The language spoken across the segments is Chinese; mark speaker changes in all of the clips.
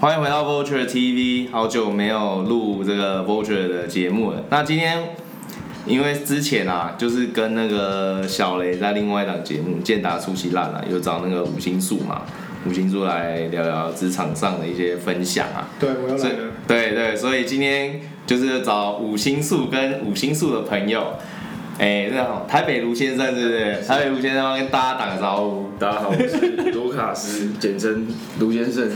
Speaker 1: 欢迎回到 Vulture TV，好久没有录这个 Vulture 的节目了。那今天因为之前啊，就是跟那个小雷在另外一档节目《健达出奇烂》啊，有找那个五星素嘛，五星素来聊聊职场上的一些分享啊。
Speaker 2: 对，我要
Speaker 1: 所
Speaker 2: 来
Speaker 1: 以
Speaker 2: 了。
Speaker 1: 对对，所以今天就是找五星宿跟五星宿的朋友，哎、那好，台北卢先生对不对？台北卢先生要跟大家打个招呼。
Speaker 3: 大家好，我是卢卡斯，简称卢先生。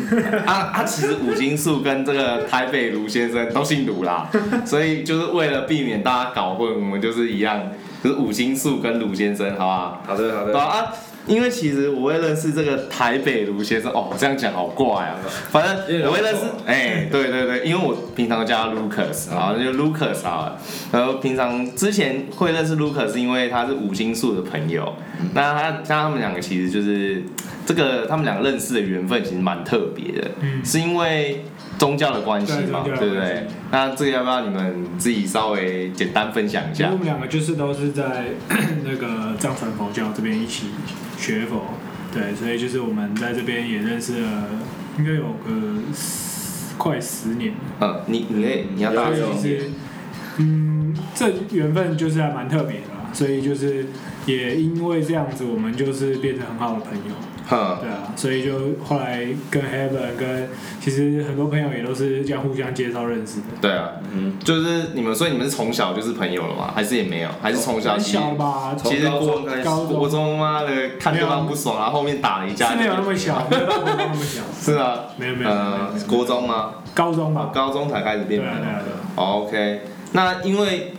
Speaker 1: 啊啊，其实五星宿跟这个台北卢先生都姓卢啦，所以就是为了避免大家搞混，我们就是一样，就是五星宿跟卢先生，好不好？
Speaker 3: 好的，好
Speaker 1: 对啊
Speaker 3: 的。
Speaker 1: 啊，因为其实我会认识这个台北卢先生哦，这样讲好怪啊。反正我会认识，哎、对对对，因为我平常叫他
Speaker 2: 嗯
Speaker 1: Lucas，然后就 Lucas 好了。然后平常之前会认识 Lucas，是因为他是五星素的朋友。
Speaker 2: 嗯
Speaker 1: 那他像他们两个其实就是这个他们两个认识的缘分其实蛮特别的，
Speaker 2: 嗯
Speaker 1: 是因为宗教的关系嘛，
Speaker 2: 对宗教的
Speaker 1: 对不
Speaker 2: 关
Speaker 1: 对
Speaker 2: 系？
Speaker 1: 那这个要不要你们自己稍微简单分享一
Speaker 2: 其实
Speaker 1: 下
Speaker 2: 我？们两个就是都是在 那个藏传佛教这边一起学佛，对，所以就是我们在这边也认识了，应该有个十快十年。
Speaker 1: 嗯，你你可以你要大
Speaker 2: 所
Speaker 1: 概
Speaker 2: 以
Speaker 1: 说
Speaker 2: 其实，嗯，这缘分就是还蛮特别的啦，所以就是也因为这样子，我们就是变成很好的朋友。
Speaker 1: 哼。
Speaker 2: 对啊，所以就后来跟 Heaven 跟其实很多朋友也都是这样互相介绍认识的。
Speaker 1: 对啊，
Speaker 3: 嗯，
Speaker 1: 就是你们，所以你们是从小就是朋友了吗？还是也没有？还是从小
Speaker 2: 很
Speaker 1: 其实
Speaker 2: 小吧，
Speaker 1: 其实
Speaker 3: 从高
Speaker 1: 国
Speaker 3: 中开始
Speaker 2: 高中
Speaker 1: 国中妈的看对方不爽，然后后面打了一架，
Speaker 2: 是没有那么小，没有到国中那么小，
Speaker 1: 是啊，
Speaker 2: 没有没有，
Speaker 1: 呃
Speaker 2: 没有，
Speaker 1: 国中吗？
Speaker 2: 高中吧，
Speaker 1: 高中才开始
Speaker 2: 对
Speaker 1: 变
Speaker 2: 啊
Speaker 1: 朋
Speaker 2: 对
Speaker 1: 友。
Speaker 2: 啊对啊，
Speaker 1: 哦 OK，那因为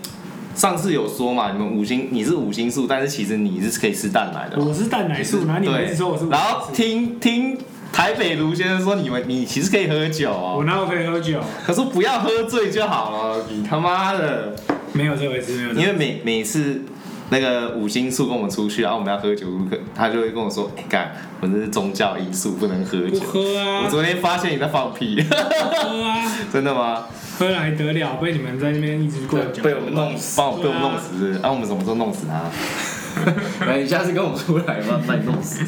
Speaker 1: 上次有说嘛，你们五星你是五星素，但是其实你是可以吃蛋奶的嘛。
Speaker 2: 我是蛋奶素，然后你们一直说我是
Speaker 1: 啊对
Speaker 2: 五
Speaker 1: 然
Speaker 2: 蛋
Speaker 1: 后
Speaker 2: 奶素，
Speaker 1: 听听台北卢先生说，你们你其实可以喝酒
Speaker 2: 我
Speaker 1: 哦，
Speaker 2: 哪有可以喝酒？
Speaker 1: 可是不要喝醉就好了。你他妈的！
Speaker 2: 没有这回事，没有这
Speaker 1: 因
Speaker 2: 回事。
Speaker 1: 为每每次那个五星素跟我们出去，然后我们要喝酒，他就会跟我说：“哎、干，我这是宗教因素，不能喝酒
Speaker 2: 不。喝”啊
Speaker 1: 我，昨天发现你在放屁，
Speaker 2: 喝啊，
Speaker 1: 真的吗？
Speaker 2: 喝了还得了？被你们在那边一直灌酒，
Speaker 3: 被我们弄死。
Speaker 1: 帮我被
Speaker 2: 对
Speaker 1: 我
Speaker 2: 啊
Speaker 1: 们弄死是不是，那、我们什么时候弄死他？
Speaker 3: 来，你下次跟我出来 吧，把你弄死。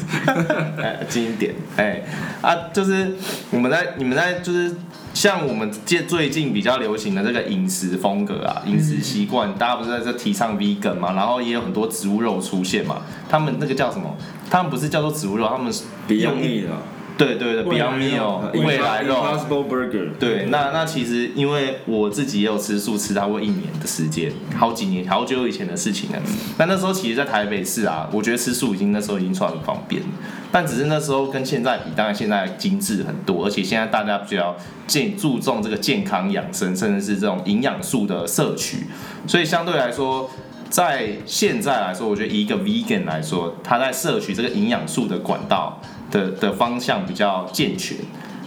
Speaker 1: 哎，近一点，哎、啊，就是你们在你们在就是。像我们最最近比较流行的这个饮食风格啊，饮食习惯，大家不是在这提倡 vegan 嘛，然后也有很多植物肉出现嘛。他们那个叫什么？他们不是叫做植物肉，他们是用一
Speaker 3: 了，
Speaker 1: 对对对
Speaker 2: 未来
Speaker 1: ，Beyond Meal 未来肉。
Speaker 3: ，Impossible Burger。
Speaker 1: 对，那那其实因为我自己也有吃素，吃超过一年的时间，好几年，好久以前的事情了。但那时候其实，在台北市啊，我觉得吃素已经那时候已经算很方便了，但只是那时候跟现在比，当然现在精致很多，而且现在大家比较健注重这个健康养生，甚至是这种营养素的摄取，所以相对来说。在现在来说，我觉得以一个 vegan 来说，他在摄取这个营养素的管道的的方向比较健全。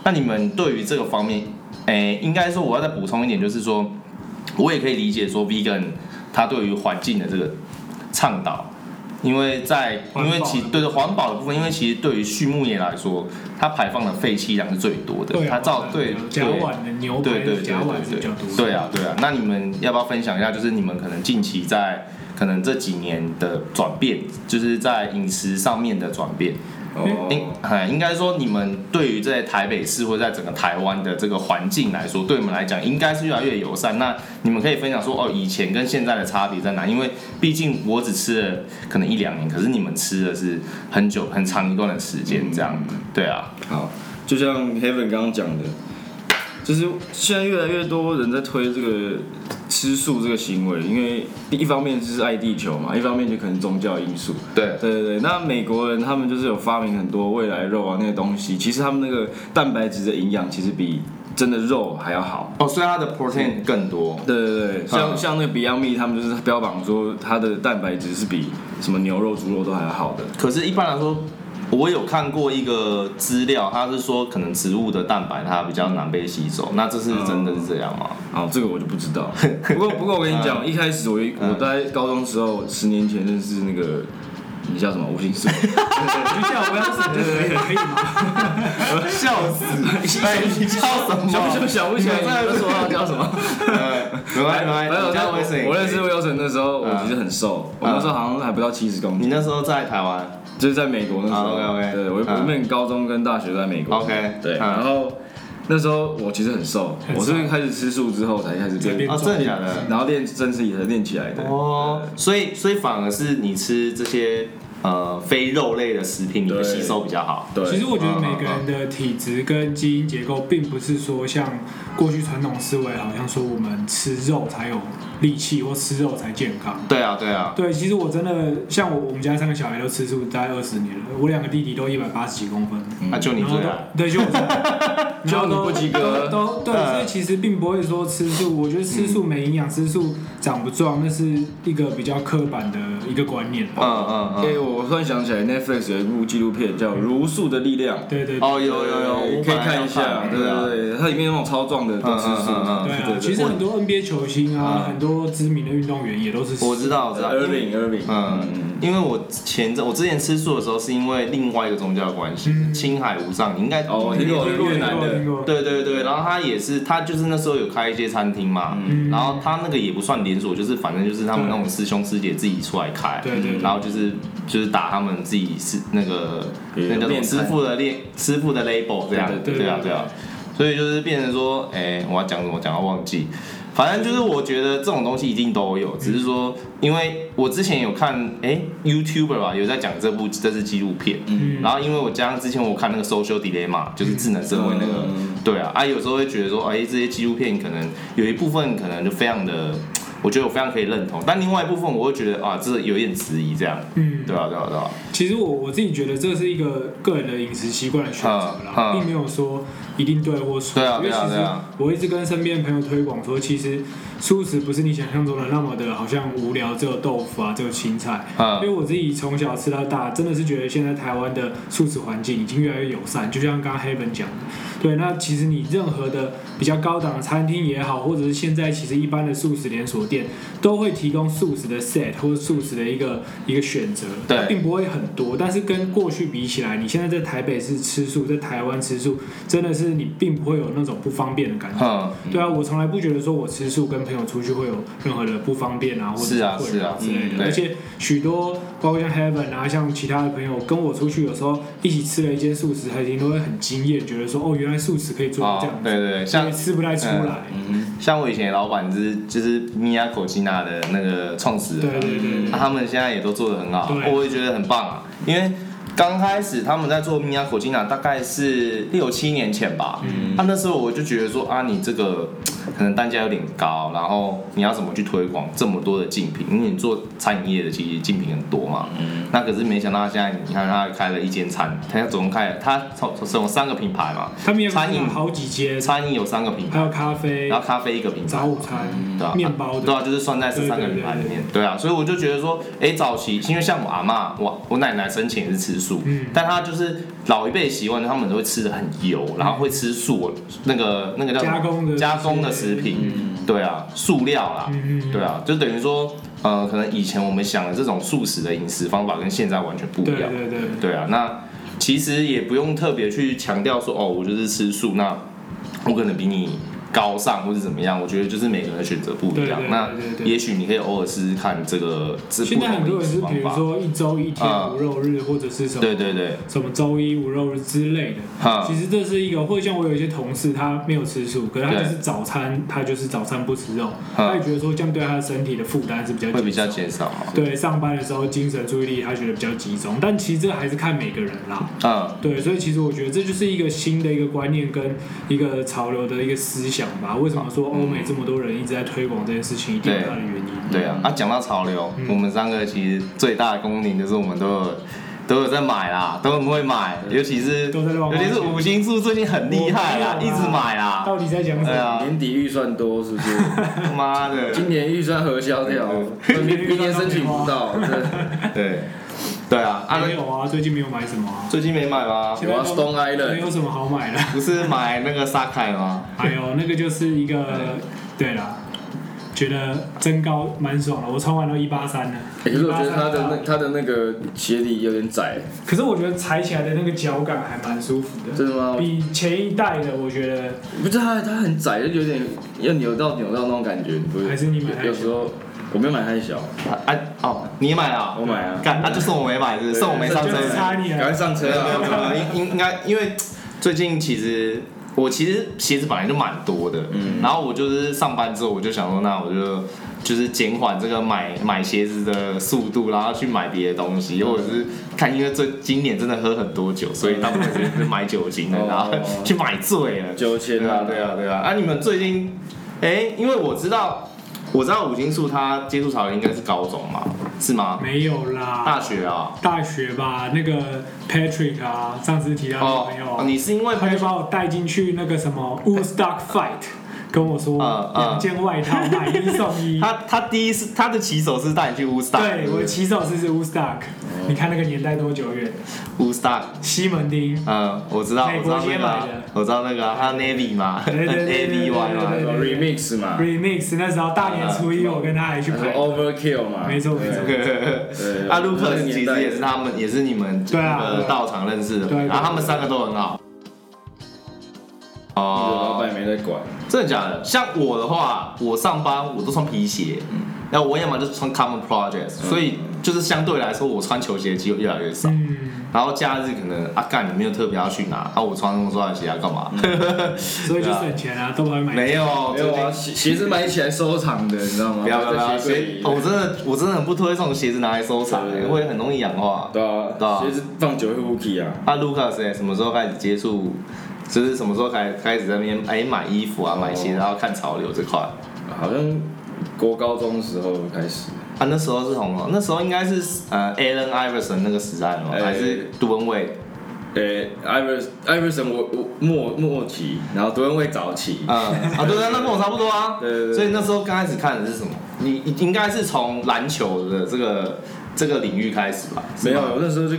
Speaker 1: 那你们对于这个方面，诶、应该说我要再补充一点，就是说，我也可以理解说 vegan 它对于环境的这个倡导，因为在
Speaker 2: 环保
Speaker 1: 因为其对的环保的部分，因为其实对于畜牧业来说，它排放的废气量是最多的，
Speaker 2: 对啊，
Speaker 1: 它造对
Speaker 2: 甲
Speaker 1: 对
Speaker 2: 烷的牛
Speaker 1: 对
Speaker 2: 排
Speaker 1: 对
Speaker 2: 的
Speaker 1: 对
Speaker 2: 甲烷是
Speaker 1: 对
Speaker 2: 比较
Speaker 1: 对，
Speaker 2: 多的，
Speaker 1: 对啊对 啊。那你们要不要分享一下，就是你们可能近期在可能这几年的转变，就是在饮食上面的转变？应
Speaker 3: 哦，
Speaker 1: 哎，应该说你们对于在台北市或者在整个台湾的这个环境来说，对我们来讲应该是越来越友善。那你们可以分享说哦，以前跟现在的差别在哪？因为毕竟我只吃了可能一两年，可是你们吃的是很久很长一段的时间，这样、对啊，
Speaker 3: 好，就像 Heaven 刚刚讲的，就是现在越来越多人在推这个吃素这个行为，因为一方面就是爱地球嘛，一方面就可能宗教因素。
Speaker 1: 对
Speaker 3: 对对对，那美国人他们就是有发明很多未来肉啊那些东西，其实他们那个蛋白质的营养其实比真的肉还要好。
Speaker 1: 哦，所以它的 protein 更多，
Speaker 3: 对对对，
Speaker 1: 嗯
Speaker 3: 像像那个 Beyond Meat，他们就是标榜说它的蛋白质是比什么牛肉、猪肉都还要好的。
Speaker 1: 可是，一般来说，我有看过一个资料，它是说可能植物的蛋白它比较难被吸收，那这是真的是这样吗？
Speaker 3: 好，这个我就不知道。不过不过我跟你
Speaker 1: 啊
Speaker 3: 讲，一开始我我在高中时候，十年前认识那个你叫什么吴兴素，
Speaker 2: 等一下我要死，可以吗？
Speaker 1: 笑死！ 哎，你 笑什么？
Speaker 3: 想不想不起来
Speaker 1: 你在
Speaker 3: 你说他叫什么？
Speaker 1: 呃，没关系，没关
Speaker 3: 反
Speaker 1: 系，
Speaker 3: 正
Speaker 1: 你叫
Speaker 3: 我在
Speaker 1: Wilson 啊
Speaker 3: 我认识 Wilson 的时候，我其实很瘦，我那时候好像还不到七十公
Speaker 1: 你。
Speaker 3: 斤
Speaker 1: 那时候在台湾
Speaker 3: 就是在美国那时候。嗯
Speaker 1: 啊，OK，OK
Speaker 3: 对，我
Speaker 1: 啊
Speaker 3: 我们高中跟大学都在美国。
Speaker 1: ，OK，
Speaker 3: 对，
Speaker 1: 啊
Speaker 3: 然后那时候我其实很瘦，
Speaker 2: 很瘦
Speaker 3: 我是开始吃素之后才开始
Speaker 2: 才变
Speaker 3: 变，
Speaker 1: 啊，真的假的？
Speaker 3: 然后练正式也才练起来的。
Speaker 1: 哦，所以所以反而是你吃这些呃非肉类的食品，你的
Speaker 3: 对
Speaker 1: 吸收比较好。
Speaker 3: 对，嗯
Speaker 2: 其实我觉得每个人的体质跟基因结构，并不是说像过去传统思维，好像说我们吃肉才有力气，或吃肉才健康。
Speaker 1: 对啊，对啊，
Speaker 2: 对，其实我真的像我我们家三个小孩都吃素，大概二十年了。我两个弟弟都一百八十几公分，
Speaker 3: 嗯
Speaker 1: 啊那就你
Speaker 2: 然后
Speaker 1: 最
Speaker 2: 都
Speaker 1: 爱。
Speaker 2: 对，就我 这样
Speaker 3: 就
Speaker 2: 然后
Speaker 3: 你
Speaker 2: 都
Speaker 3: 不及格嗯
Speaker 2: 都都对，
Speaker 1: 嗯
Speaker 2: 所以其实并不会说吃素，我觉得吃素没营养，吃素长不壮，那是一个比较刻板的一个观念。
Speaker 1: 嗯嗯
Speaker 3: 哎、
Speaker 1: 嗯。
Speaker 3: 我突然想起来，Netflix 有一部纪录片叫《茹素的力量》，
Speaker 2: 对对对
Speaker 1: 哦，有有有，我
Speaker 3: 可
Speaker 1: 本来
Speaker 3: 以
Speaker 1: 要
Speaker 3: 看一下。对
Speaker 1: 对啊。
Speaker 3: 对对，它里面那种超壮的都吃
Speaker 1: 嗯
Speaker 3: 素
Speaker 1: 嗯嗯嗯
Speaker 3: 的。
Speaker 2: 对啊
Speaker 3: 对对，对
Speaker 2: 其实很多 NBA 球星啊，很多知名的运动员也都是吃
Speaker 1: 我知道，我知道。因为
Speaker 3: Irving Irving，
Speaker 1: 嗯，因为我前阵我之前吃素的时候，是因为另外一个宗教关系，
Speaker 2: 嗯
Speaker 1: 青海无上，你应该
Speaker 3: 哦我听过
Speaker 2: 听过
Speaker 3: 越
Speaker 2: 听
Speaker 3: 南
Speaker 2: 过
Speaker 3: 的
Speaker 2: 听过，
Speaker 1: 对对对，然后他也是，他就是那时候有开一些餐厅嘛，
Speaker 2: 嗯
Speaker 1: 然后他那个也不算连锁，就是反正就是他们那种师兄师姐自己出来开，
Speaker 2: 对对对
Speaker 1: 然后就是就是打他们自己是那个
Speaker 3: 也有
Speaker 1: 那叫什么
Speaker 3: 面
Speaker 1: 师
Speaker 3: 摊
Speaker 1: 傅的练师傅的 label 这样，
Speaker 2: 对
Speaker 3: 对
Speaker 2: 对
Speaker 1: 对啊
Speaker 2: 对
Speaker 1: 对啊
Speaker 2: 对，
Speaker 1: 所以就是变成说，哎、我要讲什么讲到忘记，反正就是我觉得这种东西一定都
Speaker 2: 嗯
Speaker 1: 有，只是说因为我之前有看哎、YouTuber 吧有在讲这部这是纪录片，
Speaker 2: 嗯
Speaker 1: 然后因为我加上之前我看那个 Social Dilemma 就是智能社会那个。
Speaker 3: 嗯
Speaker 1: 对啊，啊，有时候会觉得说，哎、这些纪录片可能有一部分可能就非常的，我觉得我非常可以认同，但另外一部分我会觉得啊，这有点质疑这样，
Speaker 2: 嗯，
Speaker 1: 对啊，对啊，对啊，
Speaker 2: 其实我我自己觉得这是一个个人的饮食习惯的选择
Speaker 1: 嗯
Speaker 2: 啦，
Speaker 1: 嗯
Speaker 2: 并没有说一定对或错。
Speaker 1: 对啊
Speaker 2: 因为
Speaker 1: 对啊
Speaker 2: 其
Speaker 1: 对
Speaker 2: 实
Speaker 1: 啊
Speaker 2: 我一直跟身边的朋友推广说，其实素食不是你想象中的那么的，好像无聊，只有豆腐啊，只有青菜。因为
Speaker 1: 嗯，
Speaker 2: 我自己从小吃到大，真的是觉得现在台湾的素食环境已经越来越友善，就像刚刚 Heaven 讲的，对，那其实你任何的比较高档的餐厅也好，或者是现在其实一般的素食连锁店都会提供素食的 set 或者素食的一个一个选择，
Speaker 1: 对
Speaker 2: 它并不会很多，但是跟过去比起来，你现在在台北市吃素，在台湾吃素，真的是你并不会有那种不方便的感觉。
Speaker 1: 嗯，
Speaker 2: 对啊，我从来不觉得说我吃素跟朋友出去会有任何的不方便啊，或者
Speaker 1: 是啊
Speaker 2: 困扰
Speaker 1: 是
Speaker 2: 之
Speaker 1: 啊
Speaker 2: 类
Speaker 1: 嗯
Speaker 2: 的。
Speaker 1: 对
Speaker 2: 而且许多包括像 Heaven 啊，像其他的朋友跟我出去，有时候一起吃了一些素食餐厅，都会很惊艳，觉得说哦，原来素食可以做到这
Speaker 1: 哦
Speaker 2: 样，子，
Speaker 1: 对对对，像
Speaker 2: 也吃不太出来。
Speaker 3: 嗯
Speaker 1: 像我以前的老板是就是米亚口吉娜的那个创始人
Speaker 2: 对
Speaker 1: 啊，
Speaker 2: 对对
Speaker 1: 那
Speaker 2: 对，
Speaker 1: 他们现在也都做得很好，啊
Speaker 2: 对
Speaker 1: 我也觉得很棒啊。因为刚开始他们在做米亚口金啊兰，大概是六七年前吧。嗯，那时候我就觉得说啊，你这个可能单价有点高，然后你要怎么去推广这么多的竞品？因为你做餐饮业的其实竞品很多嘛。
Speaker 3: 嗯
Speaker 1: 那可是没想到现在你看他开了一间餐，他总共开了他从从三个品牌嘛，
Speaker 2: 他们也
Speaker 1: 餐饮
Speaker 2: 有好几间，
Speaker 1: 餐饮有三个品
Speaker 2: 还
Speaker 1: 牌，
Speaker 2: 有咖啡
Speaker 1: 然、后咖啡一个品牌
Speaker 2: 早。午餐、
Speaker 1: 对啊，
Speaker 2: 面包
Speaker 1: 对
Speaker 2: 的，
Speaker 1: 啊，就是算在这三个品牌里面，对啊，所以我就觉得说，哎，早期因为像我阿嬷，我我奶奶生前也是吃素，
Speaker 2: 嗯
Speaker 1: 但她就是老一辈习惯，他们都会吃的很油，然后会吃素那个那个叫什么
Speaker 2: 嗯加工的
Speaker 1: 加工的食品，
Speaker 3: 嗯
Speaker 1: 对啊，塑料啦，
Speaker 2: 嗯嗯，
Speaker 1: 对啊，就等于说，呃，可能以前我们想的这种素食的饮食方法跟现在完全不
Speaker 2: 对
Speaker 1: 一样，
Speaker 2: 嗯对对，
Speaker 1: 对啊，那其实也不用特别去强调说哦，我就是吃素，那我可能比你高尚或是怎么样。我觉得就是每个人的选择不一样
Speaker 2: 对对对。
Speaker 1: 那
Speaker 2: 对对
Speaker 1: 也许你可以偶尔试试看这个这
Speaker 2: 现
Speaker 1: 不
Speaker 2: 在很
Speaker 1: 同
Speaker 2: 多
Speaker 1: 的饮
Speaker 2: 人
Speaker 1: 食
Speaker 2: 是
Speaker 1: 方
Speaker 2: 比如
Speaker 1: 法。
Speaker 2: 说一周一天
Speaker 1: 嗯
Speaker 2: 无肉日，或者是什么。
Speaker 1: 对对对，
Speaker 2: 什么周一无肉日之类的。
Speaker 1: 哈
Speaker 2: 其实这是一个，或者像我有一些同事，他没有吃素，可是他
Speaker 1: 对
Speaker 2: 就是早餐，他就是早餐不吃肉，
Speaker 1: 嗯
Speaker 2: 他也觉得说这样对他的身体的负担是比较
Speaker 1: 会比较
Speaker 2: 减
Speaker 1: 减
Speaker 2: 少。
Speaker 1: 少嘛。
Speaker 2: 对，上班的时候精神注意力他觉得比较集中，但其实这还是看每个人啦。
Speaker 1: 嗯，
Speaker 2: 对，所以其实我觉得这就是一个新的一个观念跟一个潮流的一个思想吧。为什么说欧美这么多人一直在推广这件事情，一定有它的原因。
Speaker 1: 对啊。啊，讲到潮流，
Speaker 2: 嗯
Speaker 1: 我们三个其实最大的功能就是我们都有都有在买啦，都很会买，尤其是
Speaker 2: 都在乱花
Speaker 1: 尤其是五星素最近很厉害啦，
Speaker 2: 我没
Speaker 1: 一
Speaker 2: 有啦
Speaker 1: 直买啦。
Speaker 2: 到底在讲什
Speaker 1: 对
Speaker 2: 么？
Speaker 1: 啊，
Speaker 3: 年底预算多是不 是？
Speaker 1: 妈的，
Speaker 3: 今年预算核销掉，明明年申请不到。对
Speaker 1: 对对啊，啊
Speaker 2: 没有啊，最近没有买什么啊、
Speaker 1: 最近没买吗？
Speaker 2: 现
Speaker 3: 有
Speaker 2: 在
Speaker 3: 啊
Speaker 2: 都
Speaker 3: ，Stone
Speaker 2: 没
Speaker 3: Island，
Speaker 2: 有什么好买的。
Speaker 1: 不是买那个沙凯吗？
Speaker 2: 还有哎那个就是一个，对啦，觉得增高蛮爽的，我穿完都一八三了。
Speaker 3: 欸可是我觉得它的
Speaker 2: 183
Speaker 3: 那
Speaker 2: 到，
Speaker 3: 它的那个鞋底有点窄，
Speaker 2: 可是我觉得踩起来的那个脚感还蛮舒服的，
Speaker 3: 真的吗？
Speaker 2: 比前一代的我觉得
Speaker 3: 不是它它很窄，就有点要扭到扭到那种感觉，不是？
Speaker 2: 还是你买太小
Speaker 3: 有时候我没有买太小，
Speaker 1: 啊哦，你买了？
Speaker 3: 我买啊
Speaker 1: 干，那、啊、就送我没买，是不是
Speaker 3: 对
Speaker 1: 送我没上车
Speaker 2: 就
Speaker 3: 对
Speaker 2: 是
Speaker 1: 子。
Speaker 2: 差你啊
Speaker 3: 赶快啊
Speaker 2: 了。
Speaker 3: 上车
Speaker 1: 对
Speaker 3: 啊！
Speaker 1: 啊，应应该因为最近其实我其实鞋子本来就蛮多的，
Speaker 3: 嗯
Speaker 1: 然后我就是上班之后我就想说，那我就就是减缓这个买买鞋子的速度，然后去买别的东
Speaker 3: 嗯
Speaker 1: 西，或者是看，因为这今年真的喝很多酒，所以大部分人是买酒精的，
Speaker 3: 哦
Speaker 1: 然后去买醉了，
Speaker 3: 酒钱
Speaker 1: 对啊，对啊，对啊。啊，你们最近，哎、因为我知道，我知道五金树他接触潮流应该是高中嘛，是吗？
Speaker 2: 没有啦，
Speaker 1: 大学啊？
Speaker 2: 大学吧，那个 Patrick 啊，上次提到的朋友、
Speaker 1: 哦，你是因为
Speaker 2: 他就把我带进去那个什么 Woodstock Fight，跟我说
Speaker 3: 啊
Speaker 1: 嗯嗯
Speaker 2: 两件外套买一送一。
Speaker 1: 他他第一次他的起手是带你去乌斯达，
Speaker 2: 对，我起手式是 Woodstock，你看那个年代多久远？
Speaker 1: 乌斯达，
Speaker 2: 西门町，
Speaker 1: 嗯，我知道，
Speaker 2: 美
Speaker 1: 我知
Speaker 2: 国
Speaker 1: 道那
Speaker 2: 街
Speaker 1: 个啊
Speaker 2: 买的，
Speaker 1: 我知道那个啊，他 navy 嘛
Speaker 2: 对 对对
Speaker 1: ，A
Speaker 2: 对
Speaker 1: V Y
Speaker 2: 对
Speaker 1: 嘛，
Speaker 2: 对
Speaker 3: remix 嘛
Speaker 2: Remix 那时候大年初一，我跟他还去
Speaker 3: 嗯
Speaker 2: 拍。
Speaker 3: 哦，overkill 嘛，
Speaker 2: 没错没错
Speaker 3: 对
Speaker 1: 阿
Speaker 3: 我
Speaker 1: 卢
Speaker 3: 们
Speaker 1: 克
Speaker 3: 那个
Speaker 1: 啊其
Speaker 3: 年
Speaker 1: 实
Speaker 3: 代
Speaker 1: 也是他们，也是你们
Speaker 2: 对啊
Speaker 1: 那个
Speaker 2: 对啊
Speaker 1: 道场认识的
Speaker 2: 对，对
Speaker 1: 然后他们三个都很好。
Speaker 3: 老
Speaker 1: 哦，
Speaker 3: 板没在管，
Speaker 1: 真的假的？像我的话，我上班我都穿皮鞋，
Speaker 2: 嗯
Speaker 1: 然后我要么就是穿 Common Project，所以就是相对来说，我穿球鞋的机会越来越少。
Speaker 2: 嗯，
Speaker 1: 然后假日可能啊干，你没有特别要去哪，啊我穿那么帅的鞋要干嘛？
Speaker 2: 所以就省钱啊，都跑去 买。
Speaker 1: 没有，
Speaker 3: 嗯没
Speaker 1: 哦最
Speaker 3: 有
Speaker 1: 近
Speaker 3: 啊，鞋鞋子买起来收藏的，你知道吗？
Speaker 1: 不要不要不要，
Speaker 3: 在鞋柜
Speaker 1: 鞋
Speaker 3: 里
Speaker 1: 我真的我真的很不推这种鞋子拿来收藏、
Speaker 3: 对对对
Speaker 1: 会很容易氧化。
Speaker 3: 对
Speaker 1: 对啊
Speaker 3: 啊，鞋子放久会 hooky 啊，
Speaker 1: 那 Lucas 欸什么时候开始接触？就是什么时候开开始在那边哎买衣服啊买鞋，
Speaker 3: 哦
Speaker 1: 然后看潮流这块？啊
Speaker 3: 好像国高中的时候开始，
Speaker 1: 那时候是红了，那时候应该是呃 Allen Iverson 那个时代了吗？
Speaker 3: 哎
Speaker 1: 还是杜文伟？
Speaker 3: 呃，Ivers Iverson 我我末末期，然后杜恩会早期，
Speaker 1: 嗯啊对对，那跟我差不多啊。
Speaker 3: 对对对
Speaker 1: 所以那时候刚开始看的是什么？你你应该是从篮球的这个这个领域开始吧？是
Speaker 3: 没
Speaker 1: 吗
Speaker 3: 有，我那时候就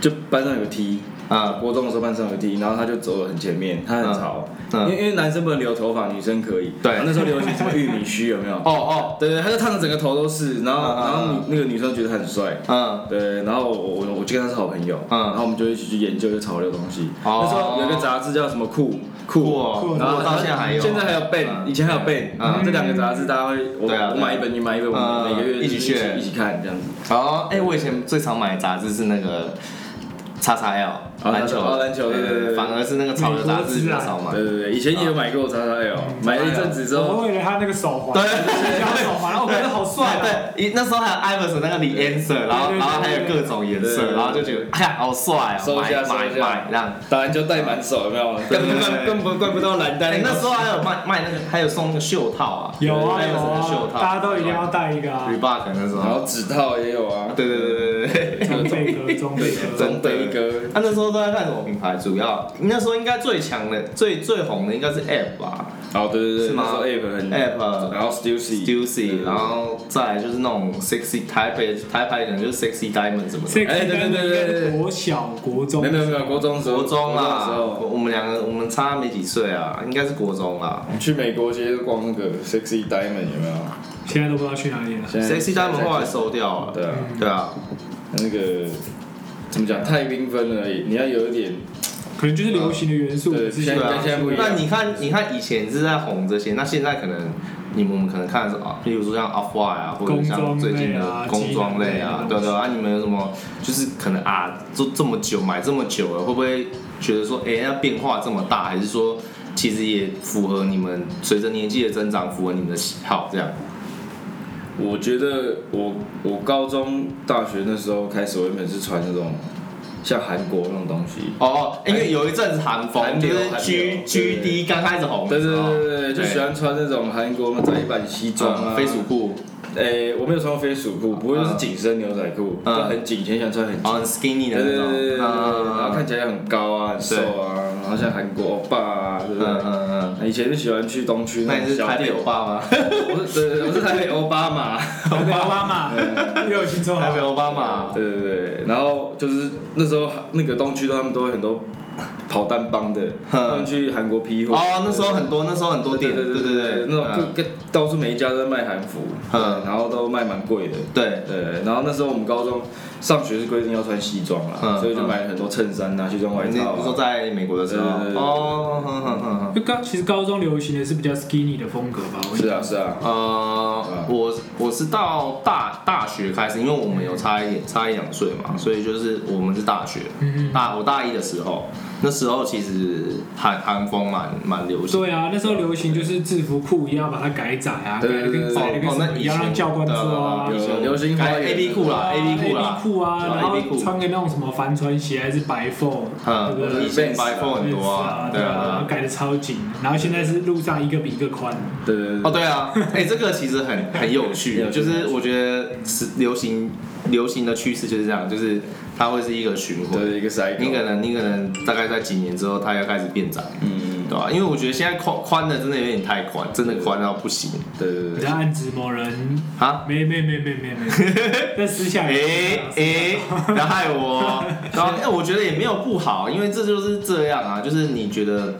Speaker 3: 就班上有个 T，
Speaker 1: 嗯
Speaker 3: 国中的时候班上有个 T，然后他就走得很前面，他很潮，因
Speaker 1: 嗯
Speaker 3: 为因为男生不能留头发，女生可以，
Speaker 1: 对
Speaker 3: 然后那时候流行什么玉米须有没有？
Speaker 1: 哦哦
Speaker 3: 对对，他就烫的整个头都是，然后
Speaker 1: 嗯嗯嗯
Speaker 3: 然后女那个女生觉得他很帅，
Speaker 1: 嗯
Speaker 3: 对，然后我我我就跟他是好朋友，
Speaker 1: 嗯
Speaker 3: 然后我们就一起去研究一些潮流东西。
Speaker 1: 哦
Speaker 3: 那时候有一个杂志叫什么酷
Speaker 1: 酷
Speaker 3: 酷，
Speaker 1: 哦
Speaker 2: 酷哦
Speaker 3: 然后
Speaker 1: 到现在还有
Speaker 3: 现在还有 Ben，、
Speaker 1: 嗯
Speaker 3: 以前还有 Ben，、啊
Speaker 1: 嗯
Speaker 3: 这两个杂志大家会我、
Speaker 1: 对啊对啊
Speaker 3: 我买一本你买一本，我
Speaker 1: 嗯
Speaker 3: 们每个月
Speaker 1: 一起
Speaker 3: 就是
Speaker 1: 炫
Speaker 3: 一起看这样子。
Speaker 1: 哦，哎、我以前最常买的杂志是那个叉叉 L
Speaker 3: 哦
Speaker 1: 篮球，
Speaker 3: 哦篮球对对对
Speaker 1: 反而是那个潮流杂志比较少买。
Speaker 3: 对对对，以前也有买过 x x L，买了一阵子之
Speaker 2: 我
Speaker 1: 哦
Speaker 3: 后，
Speaker 2: 为了他那个手 环，
Speaker 1: 对
Speaker 2: 他手环，然后我觉得好帅 啊。
Speaker 1: 对，一那时候还有 Iverson 那个 The Answer，然后
Speaker 2: 对对对
Speaker 1: 然后还有各种颜
Speaker 3: 对对
Speaker 1: 色，
Speaker 3: 对
Speaker 1: 然后就觉得哎呀好帅啊，
Speaker 3: 收一
Speaker 1: 买买
Speaker 3: 下收一下
Speaker 1: 买这样。
Speaker 3: 打篮球带满手有没 有？
Speaker 1: 对
Speaker 3: 根
Speaker 1: 对
Speaker 3: 本
Speaker 1: 对
Speaker 3: 根本根本不到篮
Speaker 1: 哎、
Speaker 3: 单。
Speaker 1: 那时候还有卖卖那个，还有送那个袖套啊，
Speaker 2: 有啊有
Speaker 1: Iverson 的袖
Speaker 2: 啊，
Speaker 1: 套，
Speaker 2: 大家都一定要戴一个啊。
Speaker 1: Reebok 那时
Speaker 3: 然
Speaker 1: 候，
Speaker 3: 后指套也有啊，
Speaker 1: 对对对对对对。
Speaker 2: 中北 哥，中北哥。
Speaker 3: 中杯哥，
Speaker 1: 他、那时候都在看什么品牌？主要那时候应该最强的、最最红的应该是 App 吧
Speaker 3: 哦对对对，
Speaker 1: 是吗
Speaker 3: 那时候 App 很
Speaker 1: ，App
Speaker 3: 然后 Stussy
Speaker 1: Stussy，然后再来就是那种 sexy 台北台牌可能就是 sexy diamond 什么的。
Speaker 2: 这
Speaker 3: 哎
Speaker 2: 个应该是国小、国中
Speaker 3: 没。有没有没有，国中的时候
Speaker 1: 国中
Speaker 3: 国的
Speaker 1: 啊
Speaker 3: 时，
Speaker 1: 我
Speaker 3: 候
Speaker 1: 我们两个我们差没几岁啊，应该是国中啦。
Speaker 3: 去美国街逛那个 Sexy Diamond 有没有？
Speaker 2: 现在都不知道去哪里了。
Speaker 3: 现在
Speaker 1: sexy diamond 后来收掉了。
Speaker 3: 对啊，
Speaker 1: 对啊，
Speaker 3: 那个怎么讲太缤纷了，你要有一点
Speaker 2: 可能就是流行的元素，
Speaker 3: 对
Speaker 2: 是
Speaker 3: 现在
Speaker 1: 跟
Speaker 3: 现在不一样
Speaker 1: 那你看，你看以前是在红这些，那现在可能你们我们可能看的是啊，例如说像 Off White 啊，或者像最近的工
Speaker 2: 工
Speaker 1: 装
Speaker 2: 装
Speaker 1: 类
Speaker 2: 类
Speaker 1: 啊
Speaker 2: 啊，
Speaker 1: 对对啊，你们有什么就是可能啊，做这么久买这么久了，会不会觉得说，哎、那变化这么大，还是说其实也符合你们随着年纪的增长，符合你们的喜好这样？
Speaker 3: 我觉得我我高中大学那时候开始，我原本是穿那种像韩国那种东西，
Speaker 1: 哦，因为有一阵子韩风
Speaker 3: 韩
Speaker 1: 就
Speaker 3: 流
Speaker 1: 是 G
Speaker 3: 韩流
Speaker 1: G D 刚开始红的
Speaker 3: 对
Speaker 1: 时
Speaker 3: 对
Speaker 1: 候，
Speaker 3: 对对对，就喜欢穿那种韩国那种窄版西装啊，
Speaker 1: 嗯飞鼠裤，
Speaker 3: 诶，我没有穿过飞鼠裤，不过就是紧身牛仔裤，
Speaker 1: 嗯
Speaker 3: 就很紧，以前喜欢穿很紧
Speaker 1: 哦，。很 skinny 的那
Speaker 3: 对对对
Speaker 1: 种，
Speaker 3: 嗯对对对，
Speaker 1: 嗯
Speaker 3: 然后看起来很高啊，很瘦啊，然后像韩国欧巴啊，对
Speaker 1: 嗯
Speaker 3: 不对？
Speaker 1: 嗯嗯，
Speaker 3: 以前就喜欢去东区
Speaker 1: 那
Speaker 3: 那
Speaker 1: 你
Speaker 3: 种
Speaker 1: 是
Speaker 3: 小
Speaker 1: 台北
Speaker 3: 店，
Speaker 1: 欧巴吗？
Speaker 3: 我是对对对，我是台北欧巴嘛，
Speaker 2: 台北奥巴 马 又有新中华
Speaker 1: 台北欧巴嘛，
Speaker 3: 对对对，然后就是那时候那个东区他们都会很多跑单帮的，
Speaker 1: 哼
Speaker 3: 他们去韩国批货，
Speaker 1: 哦，那时候很多，那时候很多
Speaker 3: 对
Speaker 1: 店，
Speaker 3: 对
Speaker 1: 对
Speaker 3: 对对对，那种
Speaker 1: 嗯
Speaker 3: 各各到处每一家都在卖韩服，
Speaker 1: 嗯
Speaker 3: 然后都卖蛮贵的，
Speaker 1: 对，
Speaker 3: 对，然后那时候我们高中上学是规定要穿西装
Speaker 1: 嗯
Speaker 3: 啦，所以就买了很多衬衫啊、西装外
Speaker 1: 你
Speaker 3: 套
Speaker 1: 你说
Speaker 3: 啊。
Speaker 1: 在美国的时候，
Speaker 3: 对对对对
Speaker 1: 哦，哼哼哼哼
Speaker 2: 就高其实高中流行的是比较 skinny 的风格吧，我觉
Speaker 3: 是
Speaker 2: 得。
Speaker 3: 啊是啊，
Speaker 1: 呃，我我是到大大学开始，因为
Speaker 3: 嗯
Speaker 1: 我们有差一点差一两岁嘛，所以就是我们是大学，
Speaker 2: 嗯
Speaker 1: 大我大一的时候，那时候其实韩韩风蛮蛮流行的。
Speaker 2: 对啊，那时候流行就是制服裤一定要把它改窄啊，改
Speaker 3: 对
Speaker 2: 的跟
Speaker 3: 对对
Speaker 2: 窄的跟
Speaker 1: 哦
Speaker 2: 什
Speaker 1: 那
Speaker 2: 么一
Speaker 1: 以前
Speaker 2: 样，让教官抓啊
Speaker 1: 的。
Speaker 3: 有流行花
Speaker 1: 改
Speaker 3: 园
Speaker 1: 哎 A B 裤啦
Speaker 2: 啊
Speaker 1: ，A B 裤啦
Speaker 2: A B 裤啊，然后
Speaker 1: A B 裤，
Speaker 2: 穿个那种什么帆船鞋还是白缝，对不
Speaker 1: 嗯，
Speaker 2: 对
Speaker 1: 以？前白富很多啊
Speaker 2: 啊，，
Speaker 1: 对
Speaker 2: 啊，然
Speaker 1: 啊
Speaker 2: 后，改的超紧，然后现在是路上一个比一个宽。
Speaker 3: 对对
Speaker 1: 哦，
Speaker 3: 对，
Speaker 1: 对啊，哎，这个其实很很有趣，
Speaker 3: 有趣
Speaker 1: 就是我觉得是流行流行的趋势就是这样，就是它会是一个循环。
Speaker 3: 对一个 cycle，
Speaker 1: 你可能你可能大概在几年之后，它要开始变窄，
Speaker 3: 嗯，
Speaker 1: 对吧、啊因为我觉得现在宽宽的真的有点太宽，真的宽到不行
Speaker 3: 对对
Speaker 2: 你
Speaker 3: 对
Speaker 2: 在暗指某人？
Speaker 1: 啊！
Speaker 2: 没没没没没没，在私下
Speaker 1: 哎
Speaker 2: 里。
Speaker 1: 哎，不要害我！然后哎，我觉得也没有不好，因为这就是这样啊，就是你觉得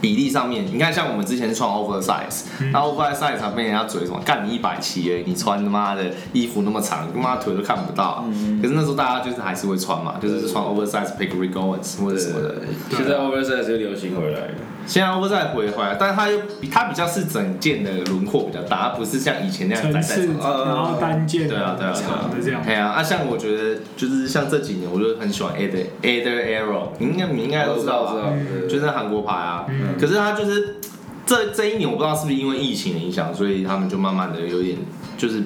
Speaker 1: 比例上面，你看像我们之前创 oversize，然
Speaker 2: 嗯
Speaker 1: 后 oversize 常被人家嘴什么，干你一百七哎，你穿他妈的衣服那么长，他妈腿都看不到。啊
Speaker 2: 嗯
Speaker 1: 可是那时候大家就是还是会穿嘛，就是穿 oversize p i c k r i g o n s 或者
Speaker 3: 对，
Speaker 1: 什么的。
Speaker 3: 现在 oversize 又流行回来了，
Speaker 1: 现在会再回回来，但它又比它比较是整件的轮廓比较大，它不是像以前那样
Speaker 2: 层
Speaker 1: 窄窄
Speaker 2: 次，
Speaker 1: 长。
Speaker 2: 然后单件
Speaker 1: 对啊对啊对啊
Speaker 2: 长的这样。
Speaker 1: 哎呀，啊，像我觉得就是像这几年，我就很喜欢 A 的 A 的 Arrow，你应该你应该都知道吧？
Speaker 3: 对
Speaker 1: 就是韩国牌啊，
Speaker 2: 嗯
Speaker 1: 可是它就是这这一年，我不知道是不是因为疫情的影响，所以他们就慢慢的有点就是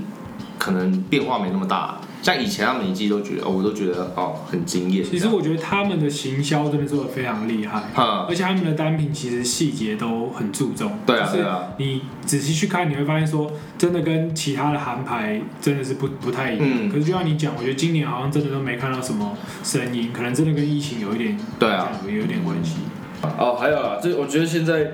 Speaker 1: 可能变化没那么大。像以前他们一季都觉得，哦我都觉得哦很惊艳。
Speaker 2: 其实我觉得他们的行销真的做的非常厉害，
Speaker 1: 哈，
Speaker 2: 而且他们的单品其实细节都很注重。
Speaker 1: 对啊
Speaker 2: 就是
Speaker 1: 对啊
Speaker 2: 你仔细去看，你会发现说，真的跟其他的韩牌真的是不不太一样。
Speaker 1: 嗯
Speaker 2: 可是就像你讲，我觉得今年好像真的都没看到什么声音，可能真的跟疫情有一点
Speaker 1: 对啊，嗯
Speaker 2: 有一点关系。
Speaker 3: 哦，还有啦，这我觉得现在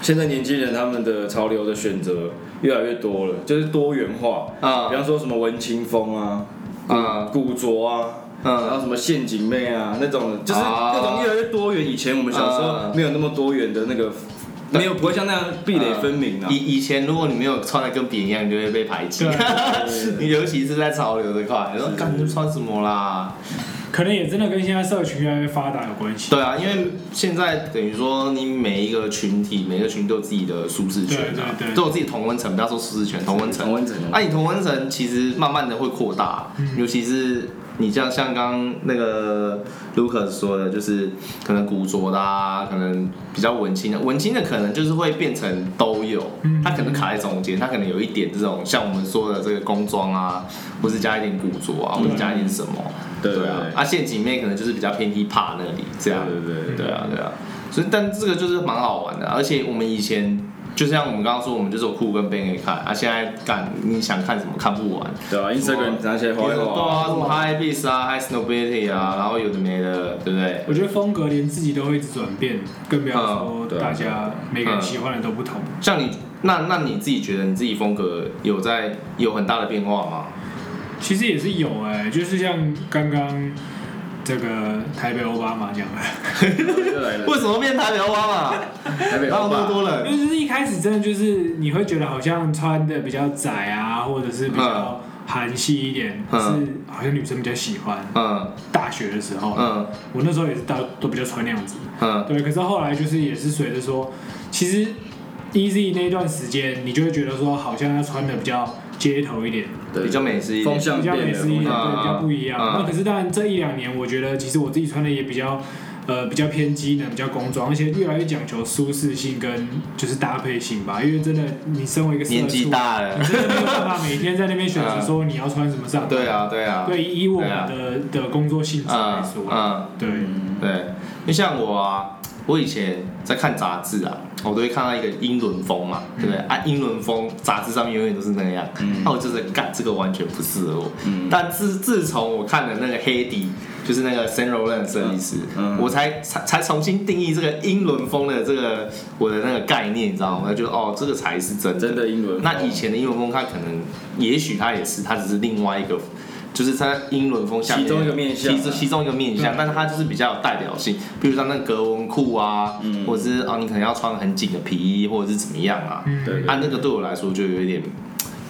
Speaker 3: 现在年轻人他们的潮流的选择越来越多了，就是多元化，比
Speaker 1: 嗯
Speaker 3: 方说什么文青风啊，
Speaker 1: 嗯
Speaker 3: 古着啊。然
Speaker 1: 嗯，
Speaker 3: 后什么陷阱妹啊，那种就是
Speaker 1: 啊
Speaker 3: 各种越来越多元。以前我们小时候
Speaker 1: 啊
Speaker 3: 没有那么多元的那个，没有不会像那样壁垒分明啊
Speaker 1: 以。以前如果你没有穿的跟别人一样，你就会被排挤
Speaker 2: 对。啊
Speaker 1: 尤其是在潮流这块，你说
Speaker 3: 是
Speaker 1: 干你穿什么啦？
Speaker 2: 可能也真的跟现在社群越来越发达有关系。
Speaker 1: 对啊，因为现在等于说你每一个群体，每个群都有自己的舒适圈啊，
Speaker 2: 对对对
Speaker 1: 都有自己同温层，不要说舒适圈，同温层。
Speaker 3: 温层
Speaker 1: 啊，你同温层其实慢慢的会扩大，
Speaker 3: 嗯
Speaker 1: 尤其是你像像刚那个 Lucas 说的，就是可能古着的啊，可能比较文青的，文青的可能就是会变成都有，
Speaker 3: 嗯
Speaker 1: 它可能卡在中间，它可能有一点这种像我们说的这个工装啊，或是加一点古着啊，或者加一点什么，
Speaker 3: 对
Speaker 1: 对啊
Speaker 3: 对，对
Speaker 1: 啊陷阱妹可能就是比较偏 hip hop 那里这样，
Speaker 3: 对对对
Speaker 1: 对啊，对啊，所以但这个就是蛮好玩的，而且我们以前就像我们刚刚说，我们就是有酷跟 b a 可以看啊，现在干你想看什么看不完，
Speaker 3: 对啊，Instagram 拿起来画一
Speaker 1: 对
Speaker 3: 画啊，
Speaker 1: 啊，什么 High Beats 啊，High Snow Beauty 啊，然后有的没的，对不对？
Speaker 2: 我觉得风格连自己都会一直转变，更不要说
Speaker 3: 嗯对啊
Speaker 2: 大家每个人喜欢的都不同。
Speaker 1: 像你那那你自己觉得你自己风格有在有很大的变化吗？
Speaker 2: 其实也是有哎、就是像刚刚这个台北奥巴马讲的，
Speaker 3: 又来了，
Speaker 1: 为什么变台北欧巴马？
Speaker 3: 台北
Speaker 1: 让
Speaker 3: 欧
Speaker 1: 那么
Speaker 3: 巴，
Speaker 1: 多
Speaker 2: 因
Speaker 1: 人，
Speaker 2: 为就是一开始真的就是你会觉得好像穿的比较窄啊，或者是比较韩系一点，
Speaker 1: 嗯
Speaker 2: 是好像女生比较喜欢。
Speaker 1: 嗯
Speaker 2: 大学的时候，
Speaker 1: 嗯
Speaker 2: 我那时候也是大都比较穿那样子，
Speaker 1: 嗯，
Speaker 2: 对。可是后来就是也是随着说，其实 Easy 那段时间，你就会觉得说好像要穿的比较街头一点，
Speaker 3: 对
Speaker 1: 比较美式一点
Speaker 3: 风向
Speaker 2: 比较
Speaker 3: 变
Speaker 2: 美
Speaker 3: 了，
Speaker 2: 式一点，对，
Speaker 3: 风
Speaker 2: 比
Speaker 3: 向
Speaker 1: 嗯
Speaker 2: 较不一样。
Speaker 1: 嗯
Speaker 2: 那可是当然这一两年，我觉得其实我自己穿的也比较。呃，比较偏机能，比较工装，而且越来越讲求舒适性跟就是搭配性吧。因为真的，你身为一个社畜
Speaker 1: 年纪，大
Speaker 2: 你
Speaker 1: 了，
Speaker 2: 真的没有办法每天在那边选择说你要穿什么上班。
Speaker 1: 对啊对啊，
Speaker 2: 对，以我们
Speaker 1: 对啊
Speaker 2: 的的工作性质来
Speaker 1: 嗯
Speaker 2: 说啦，
Speaker 1: 嗯。
Speaker 2: 对，
Speaker 1: 对，因为像我啊，我以前在看杂志啊，我都会看到一个英伦风嘛，对不对？啊，英伦风杂志上面永远都是那样，那、我就是干这个完全不适合我。但自自从我看了那个黑底，就是那个 s a n r o l a n 设计师，
Speaker 3: 嗯嗯
Speaker 1: 我才才才重新定义这个英伦风的这个我的那个概念，你知道吗？我就觉得哦，这个才是真的。
Speaker 3: 真的英伦风。
Speaker 1: 那以前的英伦风，它可能也许它也是，它只是另外一个，就是它英伦风下面
Speaker 3: 其中一个面向啊嗯
Speaker 1: 其其中一个面向，但是它就是比较有代表性，比如像那个格纹裤啊，
Speaker 3: 嗯
Speaker 1: 或者是啊你可能要穿很紧的皮衣，或者是怎么样啊，
Speaker 2: 嗯
Speaker 3: 对
Speaker 1: 啊那个对我来说就有一点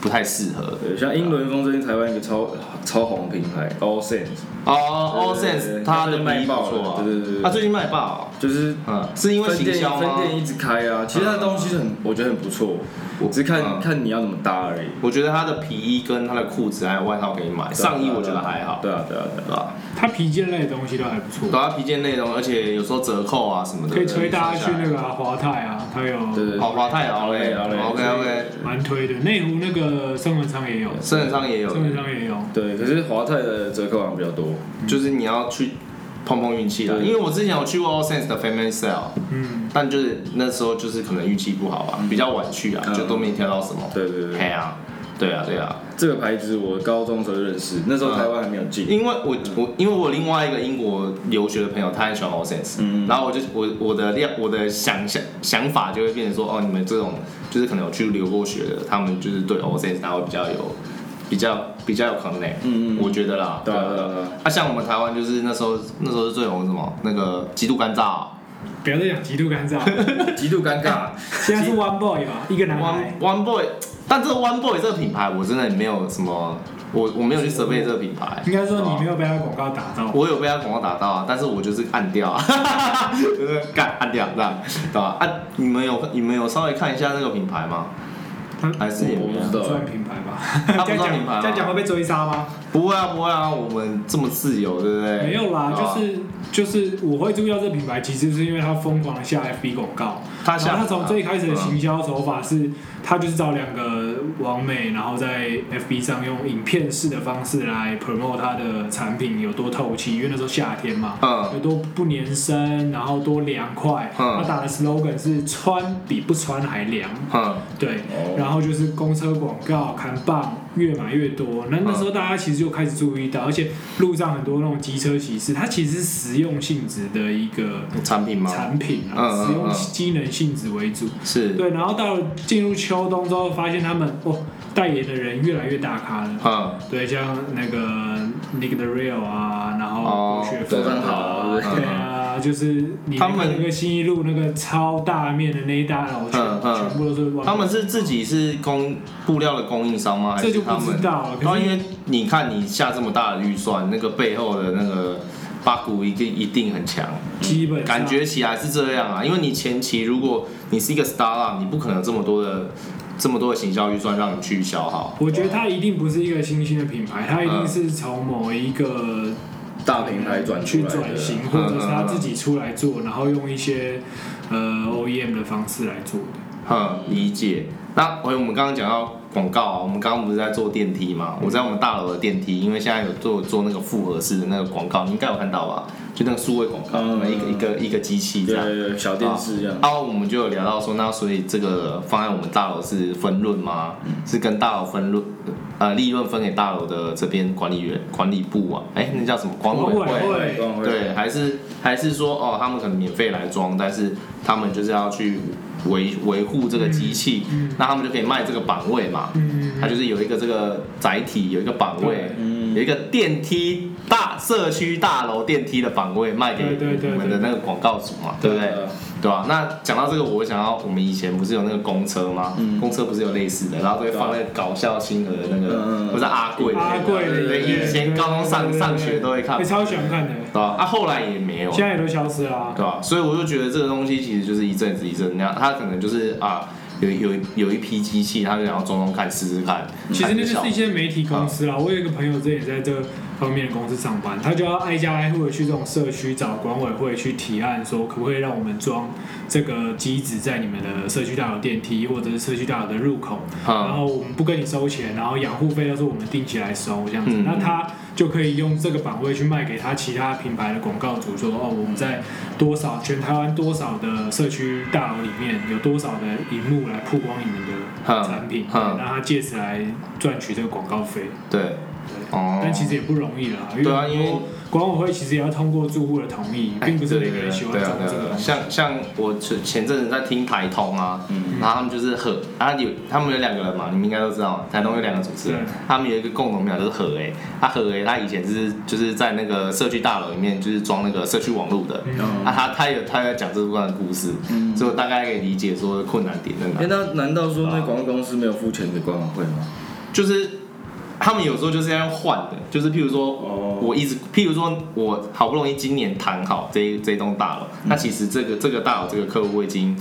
Speaker 1: 不太适合。
Speaker 3: 对，像英伦风最近台湾一个超超红的品牌 All Sense，
Speaker 1: 哦、a l l
Speaker 3: 对对对
Speaker 1: Sense 它的
Speaker 3: 它卖
Speaker 1: 比例不
Speaker 3: 爆
Speaker 1: 错啊，
Speaker 3: 了对对对对
Speaker 1: 它最近卖爆，
Speaker 3: 就是
Speaker 1: 嗯，是因为
Speaker 3: 分
Speaker 1: 行
Speaker 3: 店
Speaker 1: 销
Speaker 3: 分
Speaker 1: 吗？
Speaker 3: 店一直开啊，其实它的东西很，我觉得很不错，
Speaker 1: 我
Speaker 3: 只是看
Speaker 1: 嗯
Speaker 3: 看你要怎么搭而已。
Speaker 1: 我觉得它的皮衣跟它的裤子还有外套可以买，上衣我觉得还好，
Speaker 3: 对啊对啊对啊
Speaker 1: 对吧？
Speaker 2: 它皮件类的东西都还不错
Speaker 1: 主，要皮件内容，而且有时候折扣啊什么的，
Speaker 2: 可以推大家去那个啊华泰啊，它有
Speaker 3: 对对对，
Speaker 1: 好华泰劳嘞
Speaker 3: 劳嘞
Speaker 1: ，OK OK，
Speaker 2: 蛮推的。内湖那个生文仓也有，
Speaker 1: 生人上也有，
Speaker 2: 生文仓也有。
Speaker 3: 对，可是华泰的折扣好像比较多，
Speaker 1: 就是你要去碰碰运气啦。
Speaker 3: 对
Speaker 1: 因为我之前有去过 All Sense 的 Family Sale，
Speaker 2: 嗯，
Speaker 1: 但就是那时候就是可能运气不好吧，比较晚去啊，
Speaker 3: 嗯
Speaker 1: 就都没挑到什么。
Speaker 3: 对对对
Speaker 1: 嘿
Speaker 3: 对，
Speaker 1: 啊，对啊，对啊，
Speaker 3: 这个牌子我高中时候就认识，那时候台湾还没有进，
Speaker 1: 因为我我因为我另外一个英国留学的朋友，他很喜欢 All Sense，、
Speaker 3: 嗯
Speaker 1: 然后我就我我的料我的想想想法就会变成说，哦，你们这种就是可能有去留过学的，他们就是对 All Sense 他会比较有比较比较有 connect，
Speaker 3: 嗯嗯嗯
Speaker 1: 我觉得啦，
Speaker 3: 对啊对啊 对啊，
Speaker 1: 啊，像我们台湾就是那时候那时候是最红什么那个极度干啊燥
Speaker 2: 不要再讲极度干燥，
Speaker 3: 极度尴尬，
Speaker 2: 现在是 One Boy 吧，一个男
Speaker 1: One
Speaker 2: 孩。
Speaker 1: One Boy，但这个 One Boy 这个品牌我真的没有什么，我我没有去设备这个品牌，
Speaker 2: 应该说你没
Speaker 1: 有。
Speaker 2: 有被他广告打到，
Speaker 1: 我有被他广告打到啊，但是我就是按掉啊， 就是干按掉这样，对吧？啊，你们有你们有稍微看一下那个品牌吗？
Speaker 2: 他
Speaker 1: 还是也没有
Speaker 3: 我不知
Speaker 2: 不
Speaker 3: 道哎
Speaker 2: 算品牌吧？
Speaker 1: 他
Speaker 2: 这
Speaker 1: 不
Speaker 2: 样
Speaker 1: 算品牌
Speaker 2: 讲
Speaker 1: 吗
Speaker 2: 这样讲会被追杀吗？
Speaker 1: 不会啊，不会啊，我们这么自由，对不对？哦
Speaker 2: 没有啦，
Speaker 1: 对吧
Speaker 2: 就是就是我会注意到这品牌，其实是因为它疯狂的下 FB 广告，
Speaker 1: 他
Speaker 2: 然
Speaker 1: 下
Speaker 2: 后它从最开始的
Speaker 1: 嗯
Speaker 2: 行销手法是，它就是找两个网美，然后在 FB 上用影片式的方式来 promote 它的产品有多透气，因为那时候夏天嘛，
Speaker 1: 嗯
Speaker 2: 有多不粘身，然后多凉快，
Speaker 1: 嗯
Speaker 2: 它打的 slogan 是穿比不穿还凉，
Speaker 1: 嗯
Speaker 2: 对
Speaker 3: 哦，
Speaker 2: 然后就是公车广告、看棒越买越多。那那时候大家其实就开始注意到，而且路上很多那种机车骑士，它其实是实用性质的一个
Speaker 1: 产品吗？
Speaker 2: 产品啊，
Speaker 1: 嗯嗯
Speaker 2: 实用
Speaker 1: 嗯
Speaker 2: 机能性质为主。
Speaker 1: 是，
Speaker 2: 对，然后到了进入秋冬之后，发现他们哦，代言的人越来越大咖了。
Speaker 1: 嗯
Speaker 2: 对，像那个 Nick the Real 啊，然后
Speaker 1: 哦
Speaker 2: 郭雪
Speaker 3: 周
Speaker 2: 芬
Speaker 3: 汤豪
Speaker 2: 啊，
Speaker 3: 对
Speaker 2: 对啊，就是你
Speaker 1: 他
Speaker 2: 看
Speaker 1: 们
Speaker 2: 那个新一路那个超大面的那一大楼，全
Speaker 1: 嗯嗯
Speaker 2: 全部都是外
Speaker 1: 他们是自己是供布料的供应商吗？还
Speaker 2: 这
Speaker 1: 是
Speaker 2: 就
Speaker 1: 他
Speaker 2: 不知
Speaker 1: 们？
Speaker 2: 道了。
Speaker 1: 然
Speaker 2: 可
Speaker 1: 后因
Speaker 2: 是
Speaker 1: 为你看你下这么大的预算，那个背后的那个八股一定一定很强，
Speaker 2: 基本上
Speaker 1: 感觉起来是这样啊。因为你前期如果你是一个 startup，你不可能这么多的这么多的行销预算让你去消耗。
Speaker 2: 我觉得它一定不是一个新兴的品牌，它一
Speaker 1: 嗯
Speaker 2: 定是从某一个
Speaker 3: 大平台转出
Speaker 2: 去
Speaker 3: 来
Speaker 2: 转
Speaker 3: 的，
Speaker 2: 型，或者是他自己出来做，然后用一些呃 OEM 的方式来做的。
Speaker 1: 嗯，理解。那回我们刚刚讲到广告啊，我们刚刚不是在做电梯吗？我在我们大楼的电梯，因为现在有做做那个复合式的那个广告，你应该有看到吧？就那个数位广告，
Speaker 3: 嗯
Speaker 1: 一个一个一个机器这样。
Speaker 3: 对，小电视这样，
Speaker 1: 然后啊我们就有聊到说，那所以这个放在我们大楼是分润吗？
Speaker 2: 嗯
Speaker 1: 是跟大楼分润，呃，利润分给大楼的这边管理员、管理部啊？哎，那叫什么？管委
Speaker 2: 管委会
Speaker 1: 会？
Speaker 2: 对
Speaker 3: 光辉
Speaker 1: 对，还是还是说哦，他们可能免费来装，但是他们就是要去维维护这个机器，
Speaker 2: 嗯嗯
Speaker 1: 那他们就可以卖这个版位嘛。
Speaker 2: 嗯，
Speaker 1: 它就是有一个这个载体，有一个版位
Speaker 2: 对，
Speaker 3: 嗯
Speaker 1: 有一个电梯大社区大楼电梯的版位卖给
Speaker 2: 对对对
Speaker 1: 我们的那个广告主嘛，对不对？对吧、那讲到这个，我想到我们以前不是有那个公车吗？
Speaker 3: 嗯
Speaker 1: 公车不是有类似的，然后都会放那个搞笑星河的那个，
Speaker 3: 嗯嗯嗯
Speaker 1: 或是阿贵的那
Speaker 2: 阿
Speaker 1: 个，
Speaker 2: 贵的
Speaker 1: 对，以前高中上上学都会看，
Speaker 2: 我
Speaker 1: 对
Speaker 2: 欸超喜欢看的，
Speaker 1: 吧、啊，后来也没有，
Speaker 2: 现在也都消失了啊。
Speaker 1: 对吧、所以我就觉得这个东西其实就是一阵子一阵子那样，它可能就是啊，有有有一批机器，他就想要装装看，试试看。
Speaker 2: 其实
Speaker 1: 看
Speaker 2: 那
Speaker 1: 效
Speaker 2: 就
Speaker 1: 果
Speaker 2: 是一些媒体公司啦。我有一个朋友之前也在这方面的公司上班，他就要挨家挨户的去这种社区找管委会去提案，说可不可以让我们装这个机子在你们的社区大楼电梯或者是社区大楼的入口，然
Speaker 1: 嗯
Speaker 2: 后我们不跟你收钱，然后养护费都是我们定期来收这样子。
Speaker 1: 嗯
Speaker 2: 那他就可以用这个版位去卖给他其他品牌的广告主说，哦，我们在多少全台湾多少的社区大楼里面有多少的荧幕来曝光你们的
Speaker 1: 嗯
Speaker 2: 产品，
Speaker 1: 嗯
Speaker 2: 对那他借此来赚取这个广告费。
Speaker 1: 对，
Speaker 2: 对
Speaker 1: 哦，
Speaker 2: 但其实也不容易啦，因为
Speaker 1: 对啊因为
Speaker 2: 很多管委会其实也要通过住户的同意，并不是
Speaker 1: 对对
Speaker 2: 每个
Speaker 1: 对
Speaker 2: 人喜欢
Speaker 1: 对啊
Speaker 2: 装
Speaker 1: 对啊
Speaker 2: 这个
Speaker 1: 对啊
Speaker 2: 东西。
Speaker 1: 像像我前前阵子在听台通啊，
Speaker 3: 嗯
Speaker 1: 然后他们就是和啊有他们有两个人嘛，你们应该都知道，台通有两个主持人
Speaker 2: 对，
Speaker 1: 他们有一个共同秒就是何哎，他何哎他以前是就是在那个社区大楼里面就是装那个社区网络的，
Speaker 3: 嗯
Speaker 1: 啊他他有他在讲这段的故事，
Speaker 3: 嗯
Speaker 1: 所以我大概可以理解说困难点在哪
Speaker 3: 哎，。那难道说那广告公司没有付钱给管委会吗？
Speaker 1: 就是他们有时候就是要换的，就是譬如说
Speaker 3: 哦
Speaker 1: 我一直，譬如说我好不容易今年谈好这一这一栋大楼，那其实这个这个大楼这个客户我已经。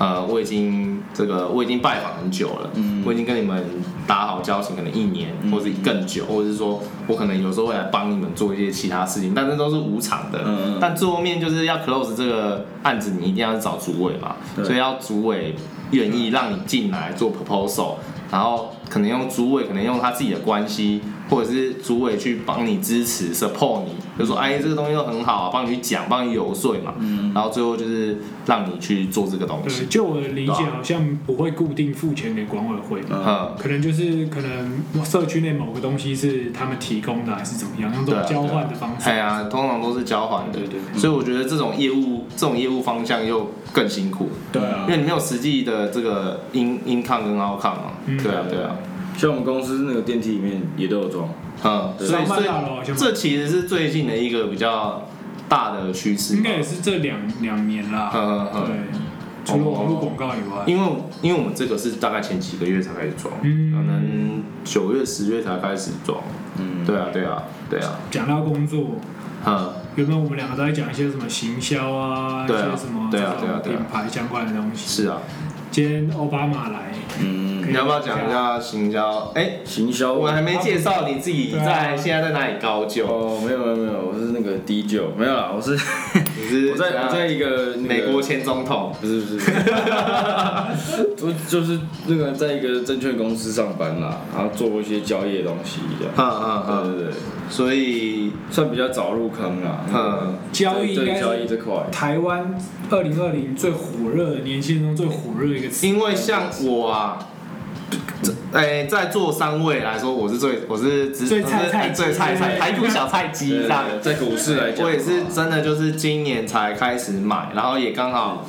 Speaker 1: 呃，我已经这个我已经拜访很久了，
Speaker 3: 嗯
Speaker 1: 我已经跟你们打好交情，可能一年
Speaker 3: 嗯
Speaker 1: 或者更久，或者是说我可能有时候会来帮你们做一些其他事情，但那都是无偿的。
Speaker 3: 嗯嗯
Speaker 1: 但最后面就是要 close 这个案子，你一定要找主委嘛，
Speaker 3: 对
Speaker 1: 所以要主委愿意让你进来做 proposal，然后可能用主委，可能用他自己的关系，或者是主委去帮你支持 support 你，就
Speaker 3: 嗯
Speaker 1: 说哎这个东西都很好啊，帮你去讲，帮你游说嘛，然后最后就是让你去做这个东
Speaker 2: 对，
Speaker 1: 西，
Speaker 2: 就我的理解，
Speaker 1: 对啊
Speaker 2: 好像不会固定付钱给管委会，
Speaker 3: 嗯，
Speaker 1: 嗯，
Speaker 2: 可能就是可能社区内某个东西是他们提供的，还是怎么样，用这
Speaker 1: 对啊
Speaker 2: 种交换的方式
Speaker 1: 哎。呀，通常都是交换的
Speaker 2: 对，对
Speaker 1: 所以我觉得这种业务这种业务方向又更辛苦，
Speaker 2: 对啊
Speaker 1: 因，为你没有实际的这个 in income 跟 outcome 嘛，
Speaker 2: 嗯
Speaker 1: 对啊对啊，
Speaker 3: 像我们公司那个电梯里面也都有装，
Speaker 1: 嗯，所以
Speaker 2: 上
Speaker 1: 所
Speaker 2: 半
Speaker 1: 以
Speaker 2: 大楼好像
Speaker 1: 这其实是最近的一个比较大的趋势吧，
Speaker 2: 应该也是这两两年啦。
Speaker 1: 嗯嗯
Speaker 2: 对
Speaker 1: 嗯，，
Speaker 2: 除了网络广告以外，
Speaker 1: 因为因为我们这个是大概前几个月才开始装，
Speaker 2: 嗯
Speaker 1: 可能九月十月才开始装，
Speaker 3: 嗯，
Speaker 1: 对啊对啊对啊，
Speaker 2: 讲到工作，
Speaker 1: 嗯
Speaker 2: 原本我们两个都在讲一些什么行销啊，一
Speaker 1: 对啊
Speaker 2: 些什么
Speaker 1: 对
Speaker 2: 这
Speaker 1: 啊对啊
Speaker 2: 种
Speaker 1: 对啊
Speaker 2: 品牌相关的东西。
Speaker 1: 是啊，
Speaker 2: 今天奥巴马来，
Speaker 3: 嗯，
Speaker 1: 你要不要讲一下行销？哎，
Speaker 3: 行销
Speaker 1: 我们还没介绍你自己
Speaker 2: 对啊
Speaker 1: 在现在在哪里高就，
Speaker 3: 哦，没有没有没有，我是那个 D 九，没有啦，我是
Speaker 1: 你是
Speaker 3: 我在
Speaker 1: 怎样
Speaker 3: 我在一个那个
Speaker 1: 美国前总统，
Speaker 3: 不是不是，不是我就是那个在一个证券公司上班啦，然后做过一些交易的东西这样。
Speaker 1: 嗯嗯嗯，
Speaker 3: 对对对，
Speaker 1: 所以
Speaker 3: 算比较早入坑啦。
Speaker 1: 嗯
Speaker 2: 交易应
Speaker 3: 对对
Speaker 2: 该
Speaker 3: 交
Speaker 2: 是
Speaker 3: 易这块，
Speaker 2: 台湾二零二零最火热的年轻人中最火热的一个词。
Speaker 1: 因为像我啊，这哎，在座三位来说，我是最我是只
Speaker 2: 最菜
Speaker 1: 我是
Speaker 2: 菜
Speaker 1: 哎最菜菜
Speaker 2: 鸡
Speaker 1: 台股小菜鸡
Speaker 3: 对
Speaker 1: 这
Speaker 3: 对
Speaker 1: 样。
Speaker 3: 对在股市来讲，
Speaker 1: 我也是真的，就是今年才开始买，然后也刚好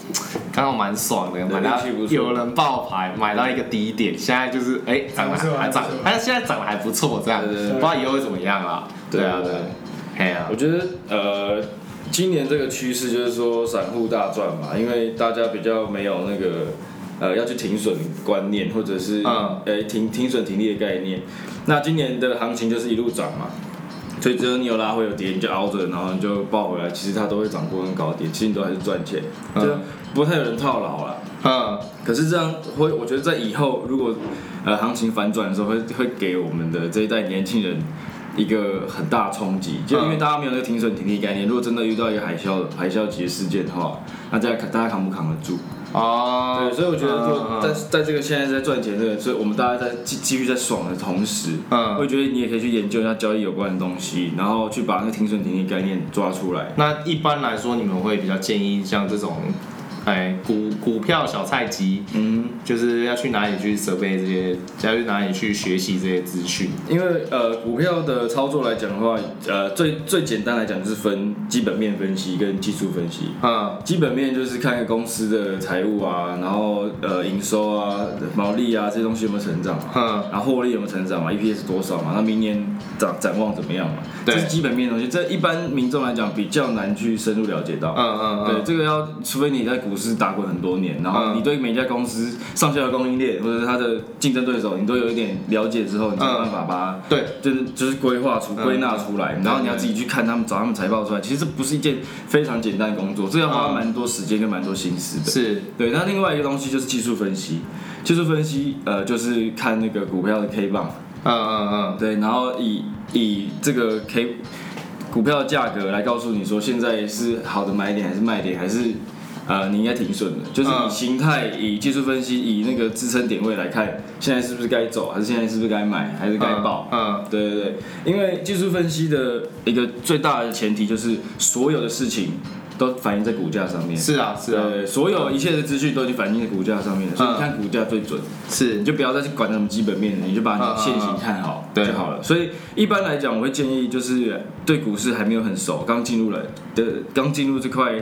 Speaker 1: 刚好蛮爽的，买到
Speaker 3: 运气不错
Speaker 1: 有人爆牌，买到一个低点，现在就是哎涨了
Speaker 2: 还不错
Speaker 1: 还涨
Speaker 2: 还不错，
Speaker 1: 它现在涨得还不错，这样不
Speaker 3: 对对对
Speaker 1: 知道以后会怎么样啦。
Speaker 3: 对
Speaker 1: 对啊，对
Speaker 3: 对对
Speaker 1: 啊，哎呀
Speaker 3: 我，觉得呃，今年这个趋势就是说散户大赚嘛，因为大家比较没有那个呃要去停损观念，或者是
Speaker 1: 嗯
Speaker 3: 呃停停损停利的概念。那今年的行情就是一路涨嘛。所以只有你有拉回有跌，你就熬着，然后你就抱回来，其实它都会涨过跟高点，其实你都还是赚钱，
Speaker 1: 嗯
Speaker 3: 就不太有人套牢了。
Speaker 1: 嗯，
Speaker 3: 可是这样会，我觉得在以后如果呃行情反转的时候，会会给我们的这一代年轻人一个很大的冲击，就因为大家没有那个停损停利概念。如果真的遇到一个海啸海啸级的事件的话，那大家大家扛不扛得住？
Speaker 1: 哦，
Speaker 3: 嗯对，所以我觉得
Speaker 1: 嗯
Speaker 3: 就
Speaker 1: 嗯
Speaker 3: 在在这个现在在赚钱这个，所以我们大家在继继续在爽的同时，
Speaker 1: 嗯
Speaker 3: 我也觉得你也可以去研究一下交易有关的东西，然后去把那个停损停利概念抓出来。
Speaker 1: 那一般来说，你们会比较建议像这种，哎，股股票小菜鸡，
Speaker 3: 嗯。
Speaker 1: 就是要去哪里去设备这些，要去哪里去学习这些资讯？
Speaker 3: 因为呃，股票的操作来讲的话，呃，最最简单来讲就是分基本面分析跟技术分析。
Speaker 1: 嗯
Speaker 3: 基本面就是看一个公司的财务啊，然后呃营收啊、毛利啊这些东西有没有成长嘛，
Speaker 1: 嗯
Speaker 3: 然后获利有没有成长嘛，EPS 多少嘛，那明年展展望怎么样嘛，
Speaker 1: 对
Speaker 3: 这是基本面的东西。这一般民众来讲比较难去深入了解到。
Speaker 1: 嗯嗯
Speaker 3: 对，
Speaker 1: 嗯，
Speaker 3: 这个要除非你在股市打滚很多年，然后
Speaker 1: 嗯
Speaker 3: 你对每一家公司上下游供应链或者是它的竞争对手，你都有一点了解之后，你才有办法把
Speaker 1: 对，
Speaker 3: 它就是就是规划出、
Speaker 1: 嗯
Speaker 3: 归纳出来，然后你要自己去看他们找他们财报出来。其实这不是一件非常简单的工作，这要花
Speaker 1: 嗯
Speaker 3: 蛮多时间跟蛮多心思的。
Speaker 1: 是，
Speaker 3: 对，那另外一个东西就是技术分析，技术分析呃就是看那个股票的 K 棒，
Speaker 1: 嗯嗯
Speaker 3: 对，然后以以这个 K 股票的价格来告诉你说，现在是好的买点还是卖点，还是呃你应该停损的，就是
Speaker 1: 嗯
Speaker 3: 以形态、以技术分析、以那个支撑点位来看，现在是不是该走，还是现在是不是该买，还是
Speaker 1: 嗯，
Speaker 3: 该爆？
Speaker 1: 嗯
Speaker 3: 对对对，因为技术分析的一个最大的前提就是所有的事情都反映在股价上面。
Speaker 1: 是啊是啊
Speaker 3: 对，所有一切的资讯都已经反映在股价上面了，所以你看
Speaker 1: 嗯
Speaker 3: 股价最准。
Speaker 1: 是
Speaker 3: 你，就不要再去管什么基本面了，你就把你的
Speaker 1: 嗯
Speaker 3: 现
Speaker 1: 嗯
Speaker 3: 行
Speaker 1: 嗯
Speaker 3: 看好
Speaker 1: 对
Speaker 3: 就好了。所以一般来讲，我会建议就是对股市还没有很熟，刚进入了的，刚进入这块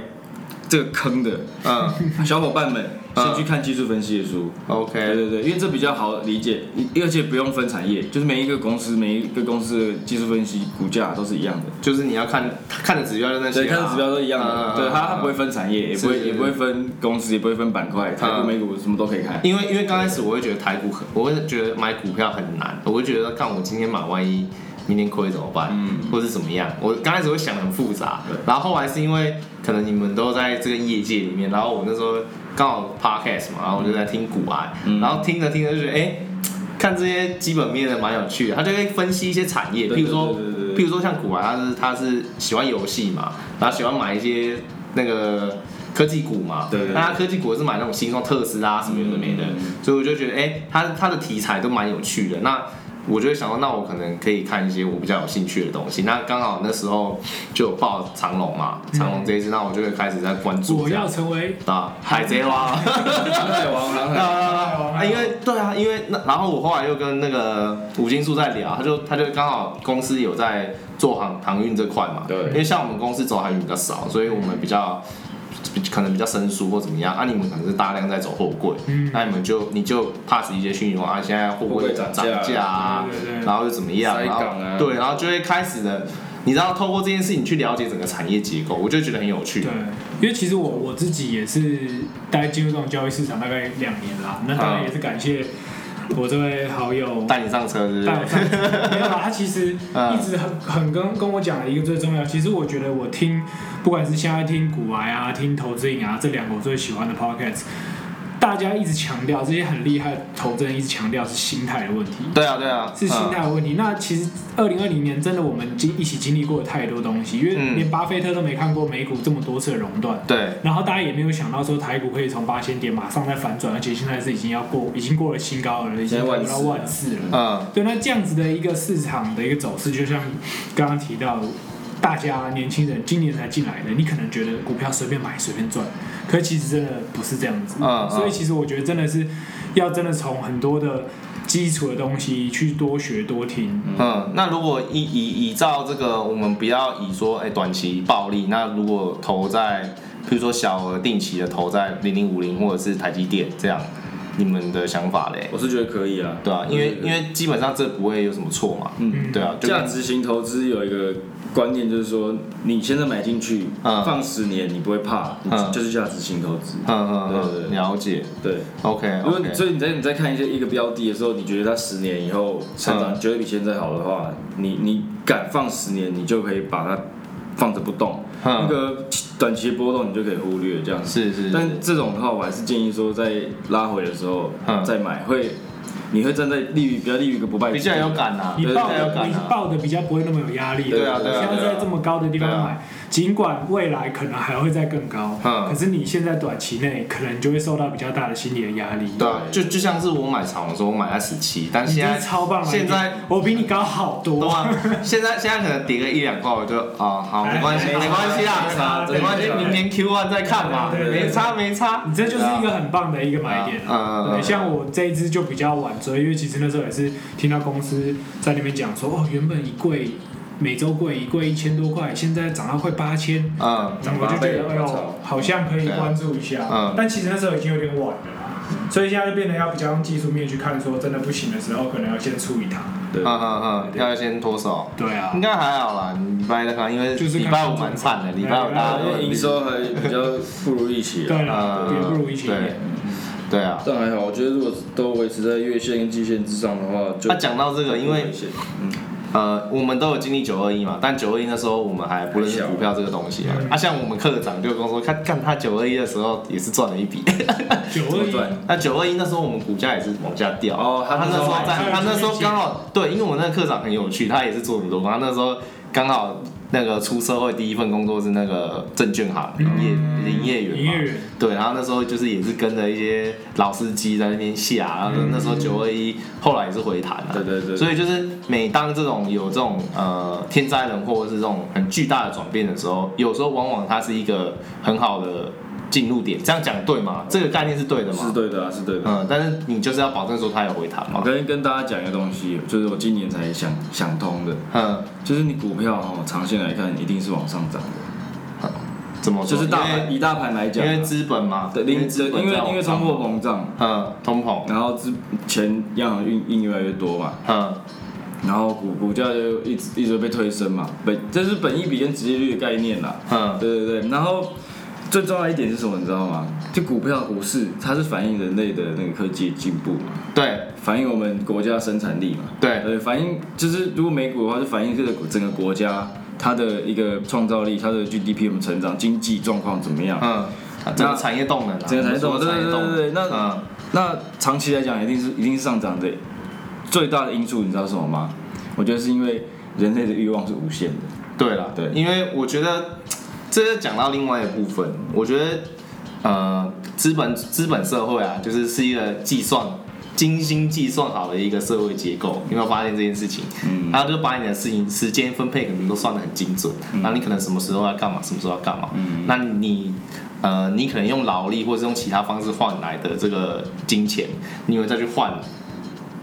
Speaker 3: 这个坑的
Speaker 1: 嗯
Speaker 3: 小伙伴们，先去看技术分析的书。对
Speaker 1: ，OK，
Speaker 3: 对对，因为这比较好理解，而且不用分产业，就是每一个公司每一个公司的技术分析股价都是一样的，
Speaker 1: 就是你要看看的指标就那些啊，
Speaker 3: 对，看的指标都一样的，
Speaker 1: 嗯
Speaker 3: 对，它它不会。
Speaker 1: 嗯嗯
Speaker 3: 分产业，也不
Speaker 1: 是
Speaker 3: 会
Speaker 1: 是嗯
Speaker 3: 也不会分公司，也不会分板块，台股、美股什么都可 以看。
Speaker 1: 因为因为刚开始我会觉得台股很，我会觉得买股票很难，我会觉得看我今天买，万一明天亏怎么办，
Speaker 3: 嗯
Speaker 1: 或是怎么样？我刚开始会想得很复杂
Speaker 3: 对，
Speaker 1: 然后后来是因为可能你们都在这个业界里面，然后我那时候刚好 podcast 嘛，然后我就在听股癌，
Speaker 3: 嗯
Speaker 1: 然后听着听着就觉得哎。诶看这些基本面的蛮有趣的，他就会分析一些产业，
Speaker 3: 对
Speaker 1: 譬如说
Speaker 3: 对对对对，对
Speaker 1: 譬如说像古玩，他是他是喜欢游戏嘛，然后喜欢买一些那个科技股嘛，
Speaker 3: 对对对
Speaker 1: 那他科技股是买那种新创特斯拉什么有的没的，
Speaker 3: 嗯
Speaker 1: 所以我就觉得，哎、他他的题材都蛮有趣的。那我就会想到，那我可能可以看一些我比较有兴趣的东西。那刚好那时候就有报长龙嘛，长龙这一支，那我就会开始在关注
Speaker 2: 我
Speaker 1: 这样。
Speaker 2: 要成为
Speaker 1: 啊，海贼王。
Speaker 3: 航海王， 航海王
Speaker 1: 啊，因为对啊，因为那然后我后来又跟那个吴金树在聊，他就他就刚好公司有在做航航运这块嘛，
Speaker 3: 对
Speaker 1: 因为像我们公司走海运比较少，所以我们比较。比可能比较生疏或怎么样，啊，你们可能是大量在走货柜，
Speaker 2: 嗯
Speaker 1: 那你们就你就 pass 一些讯息说啊，现在货
Speaker 3: 货
Speaker 1: 柜
Speaker 3: 柜
Speaker 1: 涨
Speaker 3: 涨
Speaker 1: 涨
Speaker 3: 价
Speaker 1: 价啊，
Speaker 2: 对对对
Speaker 1: 然后又怎么样，
Speaker 3: 塞
Speaker 1: 然后
Speaker 3: 港啊
Speaker 1: 对，然后就会开始的，你知道透过这件事情去了解整个产业结构，我就觉得很有趣
Speaker 2: 对，，因为其实我我自己也是大概进入这种交易市场大概两年啦，那当然也是感谢我这位好友
Speaker 1: 带嗯你上车是不是
Speaker 2: 带？我上车，没有啦，他其 实一直很很跟跟我讲了一个最重要，其实我觉得我听，不管是现在听古玩啊、听投资影啊这两个我最喜欢的 podcast，大家一直强调这些很厉害的投资人一直强调是心态的问题。
Speaker 1: 对啊对啊，
Speaker 2: 是心态的问题。那其实二零二零年真的我们经一起经历过太多东西，因为
Speaker 1: 嗯
Speaker 2: 连巴菲特都没看过美股这么多次的熔断
Speaker 1: 嗯，，对。
Speaker 2: 然后大家也没有想到说台股可以从八千点马上再反转，而且现在是已经要过，已经过了新高了，已经
Speaker 3: 现在万
Speaker 2: 到
Speaker 3: 四了
Speaker 2: 万四了。
Speaker 1: 嗯
Speaker 2: 对，那这样子的一个市场的一个走势，就像刚刚提到，大家年轻人今年才进来的，你可能觉得股票随便买随便赚，可其实真的不是这样子。
Speaker 3: 啊
Speaker 1: 嗯嗯
Speaker 2: 所以其实我觉得真的是要真的从很多的基础的东西去多学多听。
Speaker 1: 嗯，那如果依以依照这个，我们不要以说哎、短期暴利，那如果投在，比如说小额定期的投在零零五零或者是台积电这样，你们的想法嘞？
Speaker 3: 我是觉得可以啊，
Speaker 1: 对啊，因为因
Speaker 3: 为
Speaker 1: 为基本上这不会有什么错嘛。
Speaker 2: 嗯
Speaker 1: 对啊，就
Speaker 3: 价
Speaker 1: 跟
Speaker 3: 值型投资有一个观念，就是说你现在买进去，
Speaker 1: 嗯
Speaker 3: 放十年你不会怕，
Speaker 1: 嗯
Speaker 3: 就是价值型投资。
Speaker 1: 嗯嗯
Speaker 3: 对对
Speaker 1: 嗯，
Speaker 3: 对
Speaker 1: 了解。
Speaker 3: 对，
Speaker 1: OK
Speaker 3: 如果你
Speaker 1: OK，
Speaker 3: 所以你在你在看一些一个标的的时候，你觉得它十年以后成
Speaker 1: 嗯
Speaker 3: 长觉得比现在好的话，你你敢放十年，你就可以把它放着不动，那
Speaker 1: 嗯，
Speaker 3: 个短期波动你就可以忽略这样子。
Speaker 1: 是是，
Speaker 3: 但这种的话，我还是建议说在拉回的时候
Speaker 1: 嗯
Speaker 3: 再买，会你会站在利于比较利于一个不败
Speaker 1: 比
Speaker 3: 之地
Speaker 1: 较有感呐，
Speaker 2: 你
Speaker 1: 比
Speaker 3: 对
Speaker 2: 报
Speaker 1: 较有
Speaker 2: 的
Speaker 1: 感啊
Speaker 2: 你
Speaker 1: 呐。
Speaker 2: 报的比较不会那么有压力，
Speaker 1: 对啊对啊
Speaker 2: 现在
Speaker 1: 对啊
Speaker 2: 在这么高的地
Speaker 1: 对啊
Speaker 2: 方买，尽管未来可能还会再更高，
Speaker 1: 嗯
Speaker 2: 可是你现在短期内可能就会受到比较大的心理的压力。
Speaker 1: 对啊，就就像是我买长的时候，我买在十七，但
Speaker 2: 你
Speaker 1: 现
Speaker 2: 真
Speaker 1: 在
Speaker 2: 是超棒了！
Speaker 1: 现在
Speaker 2: 我比你高好
Speaker 1: 对
Speaker 2: 多。
Speaker 1: 啊，现在现在可能跌个一两块，我就啊、好，没关系，
Speaker 2: 哎
Speaker 1: 没关系
Speaker 2: 没差
Speaker 1: 啦，没关系，
Speaker 2: 对对对
Speaker 1: 明年 Q one 再看嘛，
Speaker 2: 哎对对对
Speaker 1: 没差没差。
Speaker 2: 你这就是一个很棒的一个买点
Speaker 1: 嗯嗯嗯
Speaker 2: 啊！对，像我这一支就比较晚追，因为其实那时候也是听到公司在那边讲说，哦，原本一柜每周柜一柜一千多块，现在涨到快八千，
Speaker 1: 嗯，
Speaker 3: 涨
Speaker 2: 我就
Speaker 3: 八
Speaker 2: 觉
Speaker 3: 倍
Speaker 2: 得哎
Speaker 3: 我
Speaker 2: 呦
Speaker 3: 操，啊
Speaker 2: 好像可以关注一下。
Speaker 1: 嗯
Speaker 2: 但其实那时候已经有点晚了啦，所以现在就变得要比较用技术面去看，说真的不行的时候，可能要先出一趟。
Speaker 3: 对
Speaker 1: 嗯嗯嗯，要先脱手，
Speaker 2: 对啊
Speaker 1: 应，该还好啦。礼拜再看，因为
Speaker 2: 就是
Speaker 1: 礼
Speaker 2: 看哎
Speaker 1: 拜五蛮惨的，礼拜五大家
Speaker 3: 因
Speaker 1: 都
Speaker 3: 为营收还比较不如预期啊。
Speaker 2: 对啦，也不如一起。
Speaker 1: 对对啊。
Speaker 3: 但还好，我觉得如果都维持在月线跟季线之上的话，就
Speaker 1: 那讲到这个，因为呃，我们都有经历九二一嘛，但九二一那时候我们还不认识
Speaker 3: 还小
Speaker 1: 股票这个东西啊
Speaker 2: 嗯。
Speaker 1: 啊，像我们科长就跟我说，看看他九二一的时候也是赚了一笔。
Speaker 2: 九
Speaker 3: 怎
Speaker 2: 二
Speaker 3: 么
Speaker 2: 一
Speaker 3: 赚？
Speaker 1: 那九二一那时候我们股价也是往下掉
Speaker 3: 哦他
Speaker 1: 他那时候
Speaker 2: 那时
Speaker 1: 在，
Speaker 2: 候
Speaker 1: 他那时候刚好对，因为我那个课长很有趣，他也是做很多工，他那时候刚好那个出社会第一份工作是那个证券行营业营业员
Speaker 2: 营业
Speaker 1: 嘛，
Speaker 2: 员。
Speaker 1: 对，然后那时候就是也是跟着一些老司机在那边下，然后那时候九二一后来也是回弹了、
Speaker 3: 对对对
Speaker 1: 所以就是每当这种有这种呃天灾人祸或者是这种很巨大的转变的时候，有时候往往它是一个很好的进入点，这样讲对吗？这个概念是对的吗？
Speaker 3: 是对的啊，是对的。
Speaker 1: 嗯，但是你就是要保证说它有回弹
Speaker 3: 我
Speaker 1: 嘛。
Speaker 3: 跟跟大家讲一个东西，就是我今年才想想通的，
Speaker 1: 嗯，
Speaker 3: 就是你股票哦，长线来看一定是往上涨的，
Speaker 1: 怎么说？
Speaker 3: 就是大
Speaker 1: 因
Speaker 3: 盘
Speaker 1: 为
Speaker 3: 以大盘来
Speaker 1: 因
Speaker 3: 讲啊，
Speaker 1: 为资本嘛，
Speaker 3: 对
Speaker 1: 因
Speaker 3: 零
Speaker 1: 为资本
Speaker 3: 因为
Speaker 1: 在往
Speaker 3: 因为
Speaker 1: 上
Speaker 3: 通货膨胀，
Speaker 1: 嗯，通膨，
Speaker 3: 然后之前央行印印越来越多嘛，
Speaker 1: 嗯，
Speaker 3: 然后股股价就一直一直被推升嘛，本这是本益比跟直利率的概念啦。
Speaker 1: 嗯
Speaker 3: 对对对，然后最重要的一点是什么，你知道吗？就股票股市，它是反映人类的那个科技的进步嘛，
Speaker 1: 对
Speaker 3: 反映我们国家生产力嘛。
Speaker 1: 对，
Speaker 3: 呃，反映就是如果美股的话，就反映这个整个国家它的一个创造力、它的 GDP 有没有成长、经济状况怎么样。
Speaker 1: 嗯，整个产业动能啊，
Speaker 3: 整个产业动
Speaker 1: 我
Speaker 3: 能
Speaker 1: 们说产业动能
Speaker 3: 对对对对那
Speaker 1: 嗯
Speaker 3: 那长期来讲，一定是一定是上涨的。最大的因素你知道是什么吗？我觉得是因为人类的欲望是无限的。
Speaker 1: 对了，
Speaker 3: 对
Speaker 1: 因为我觉得这就讲到另外一个部分，我觉得呃，资本资本社会啊，就是是一个计算精心计算好的一个社会结构，你有没有发现这件事情？
Speaker 3: 嗯
Speaker 1: 然后就把你的事情时间分配可能都算得很精准，
Speaker 3: 嗯
Speaker 1: 然后你可能什么时候要干嘛，什么时候要干嘛，
Speaker 3: 嗯
Speaker 1: 那你。呃，你可能用劳力或者是用其他方式换来的这个金钱，你会再去换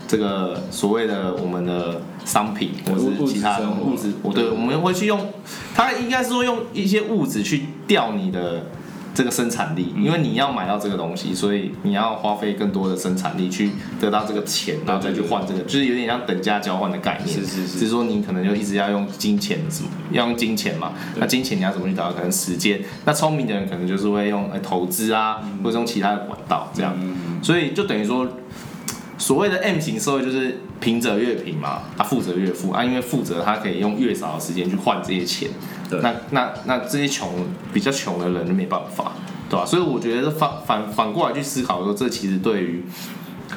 Speaker 1: 这个所谓的我们的商品或者是其他的
Speaker 3: 物
Speaker 1: 物
Speaker 3: 物
Speaker 1: 质
Speaker 3: 质生活，
Speaker 1: 我对我们会去用，它应该是说用一些物质去调你的这个生产力，
Speaker 3: 嗯
Speaker 1: 因为你要买到这个东西，所以你要花费更多的生产力去得到这个钱，然后再去换这个，就是有点像等价交换的概念。
Speaker 3: 是是是
Speaker 1: 只是说你可能就一直要用金钱什么，要用金钱嘛。
Speaker 3: 对
Speaker 1: 那金钱你要怎么去达到？可能时间。那聪明的人可能就是会用哎投资啊，或者用其他的管道这样。
Speaker 3: 嗯，
Speaker 1: 所以就等于说，所谓的 M 型社会就是贫者越贫嘛，啊富者越富啊，因为富者他可以用越少的时间去换这些钱，
Speaker 3: 对
Speaker 1: 那那那这些穷比较穷的人就没办法，对吧、所以我觉得反反反过来去思考说，这其实对于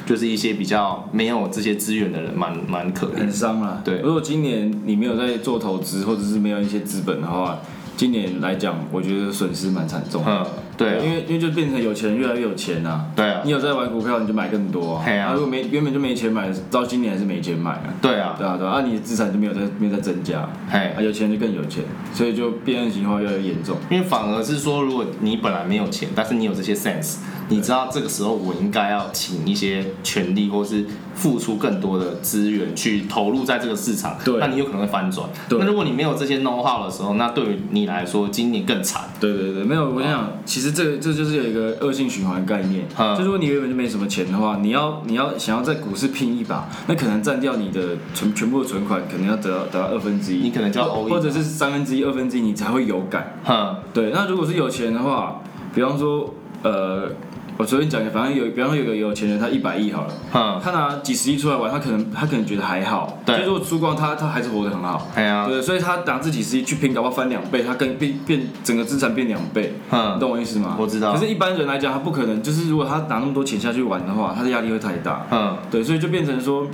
Speaker 1: 就是一些比较没有这些资源的人蛮蛮可怜
Speaker 3: 很
Speaker 1: 的，
Speaker 3: 伤啦。
Speaker 1: 对
Speaker 3: 如果今年你没有在做投资，或者是没有一些资本的话，今年来讲，我觉得损失蛮惨重的。
Speaker 1: 嗯，对
Speaker 3: 因
Speaker 1: 啊，
Speaker 3: 为因为就变成有钱人越来越有钱啊。
Speaker 1: 对啊
Speaker 3: 你，有在玩股票，你就买更多啊。
Speaker 1: 嘿啊
Speaker 3: 那如果没原本就没钱买，到今年还是没钱买啊。
Speaker 1: 对啊，
Speaker 3: 对啊，对啊，啊你的资产就没有在没有在增加，
Speaker 1: 嘿
Speaker 3: 啊，有钱人就更有钱，所以就变现情况越来越严重。
Speaker 1: 因为反而是说，如果你本来没有钱，但是你有这些 sense，你知道这个时候我应该要请一些权利，或是付出更多的资源去投入在这个市场，
Speaker 3: 对
Speaker 1: 那你有可能会翻转。
Speaker 3: 对
Speaker 1: 那如果你没有这些 know how 的时候，那对于你来说，今年更惨。
Speaker 3: 对对对，没有，我想其实这个这就是有一个恶性循环概念，
Speaker 1: 嗯
Speaker 3: 就如果你原本就没什么钱的话，你要你要想要在股市拼一把，那可能占掉你的存全部的存款，可能要得到得到二分之一，
Speaker 1: 你可能就要 all in 啊
Speaker 3: 或者是三分之一、二分之一，你才会有感。
Speaker 1: 哼，
Speaker 3: 对，那如果是有钱的话，比方说呃，我随便讲一个，反正有比方说有个有钱人他一百亿好了，
Speaker 1: 哼，
Speaker 3: 他拿几十亿出来玩，他可能他可能觉得还好，
Speaker 1: 啊对
Speaker 3: 就如果输光他他还是活得很好。
Speaker 1: 哎呀，
Speaker 3: 对，所以他拿自己十亿去拼，搞不好翻两倍，他更变变整个资产变两倍，你
Speaker 1: 哼，
Speaker 3: 懂我意思
Speaker 1: 啊
Speaker 3: 吗？
Speaker 1: 我知道
Speaker 3: 可是，一般人来讲，他不可能，就是如果他拿那么多钱下去玩的话，他的压力会太大。
Speaker 1: 哼，
Speaker 3: 对，所以就变成说，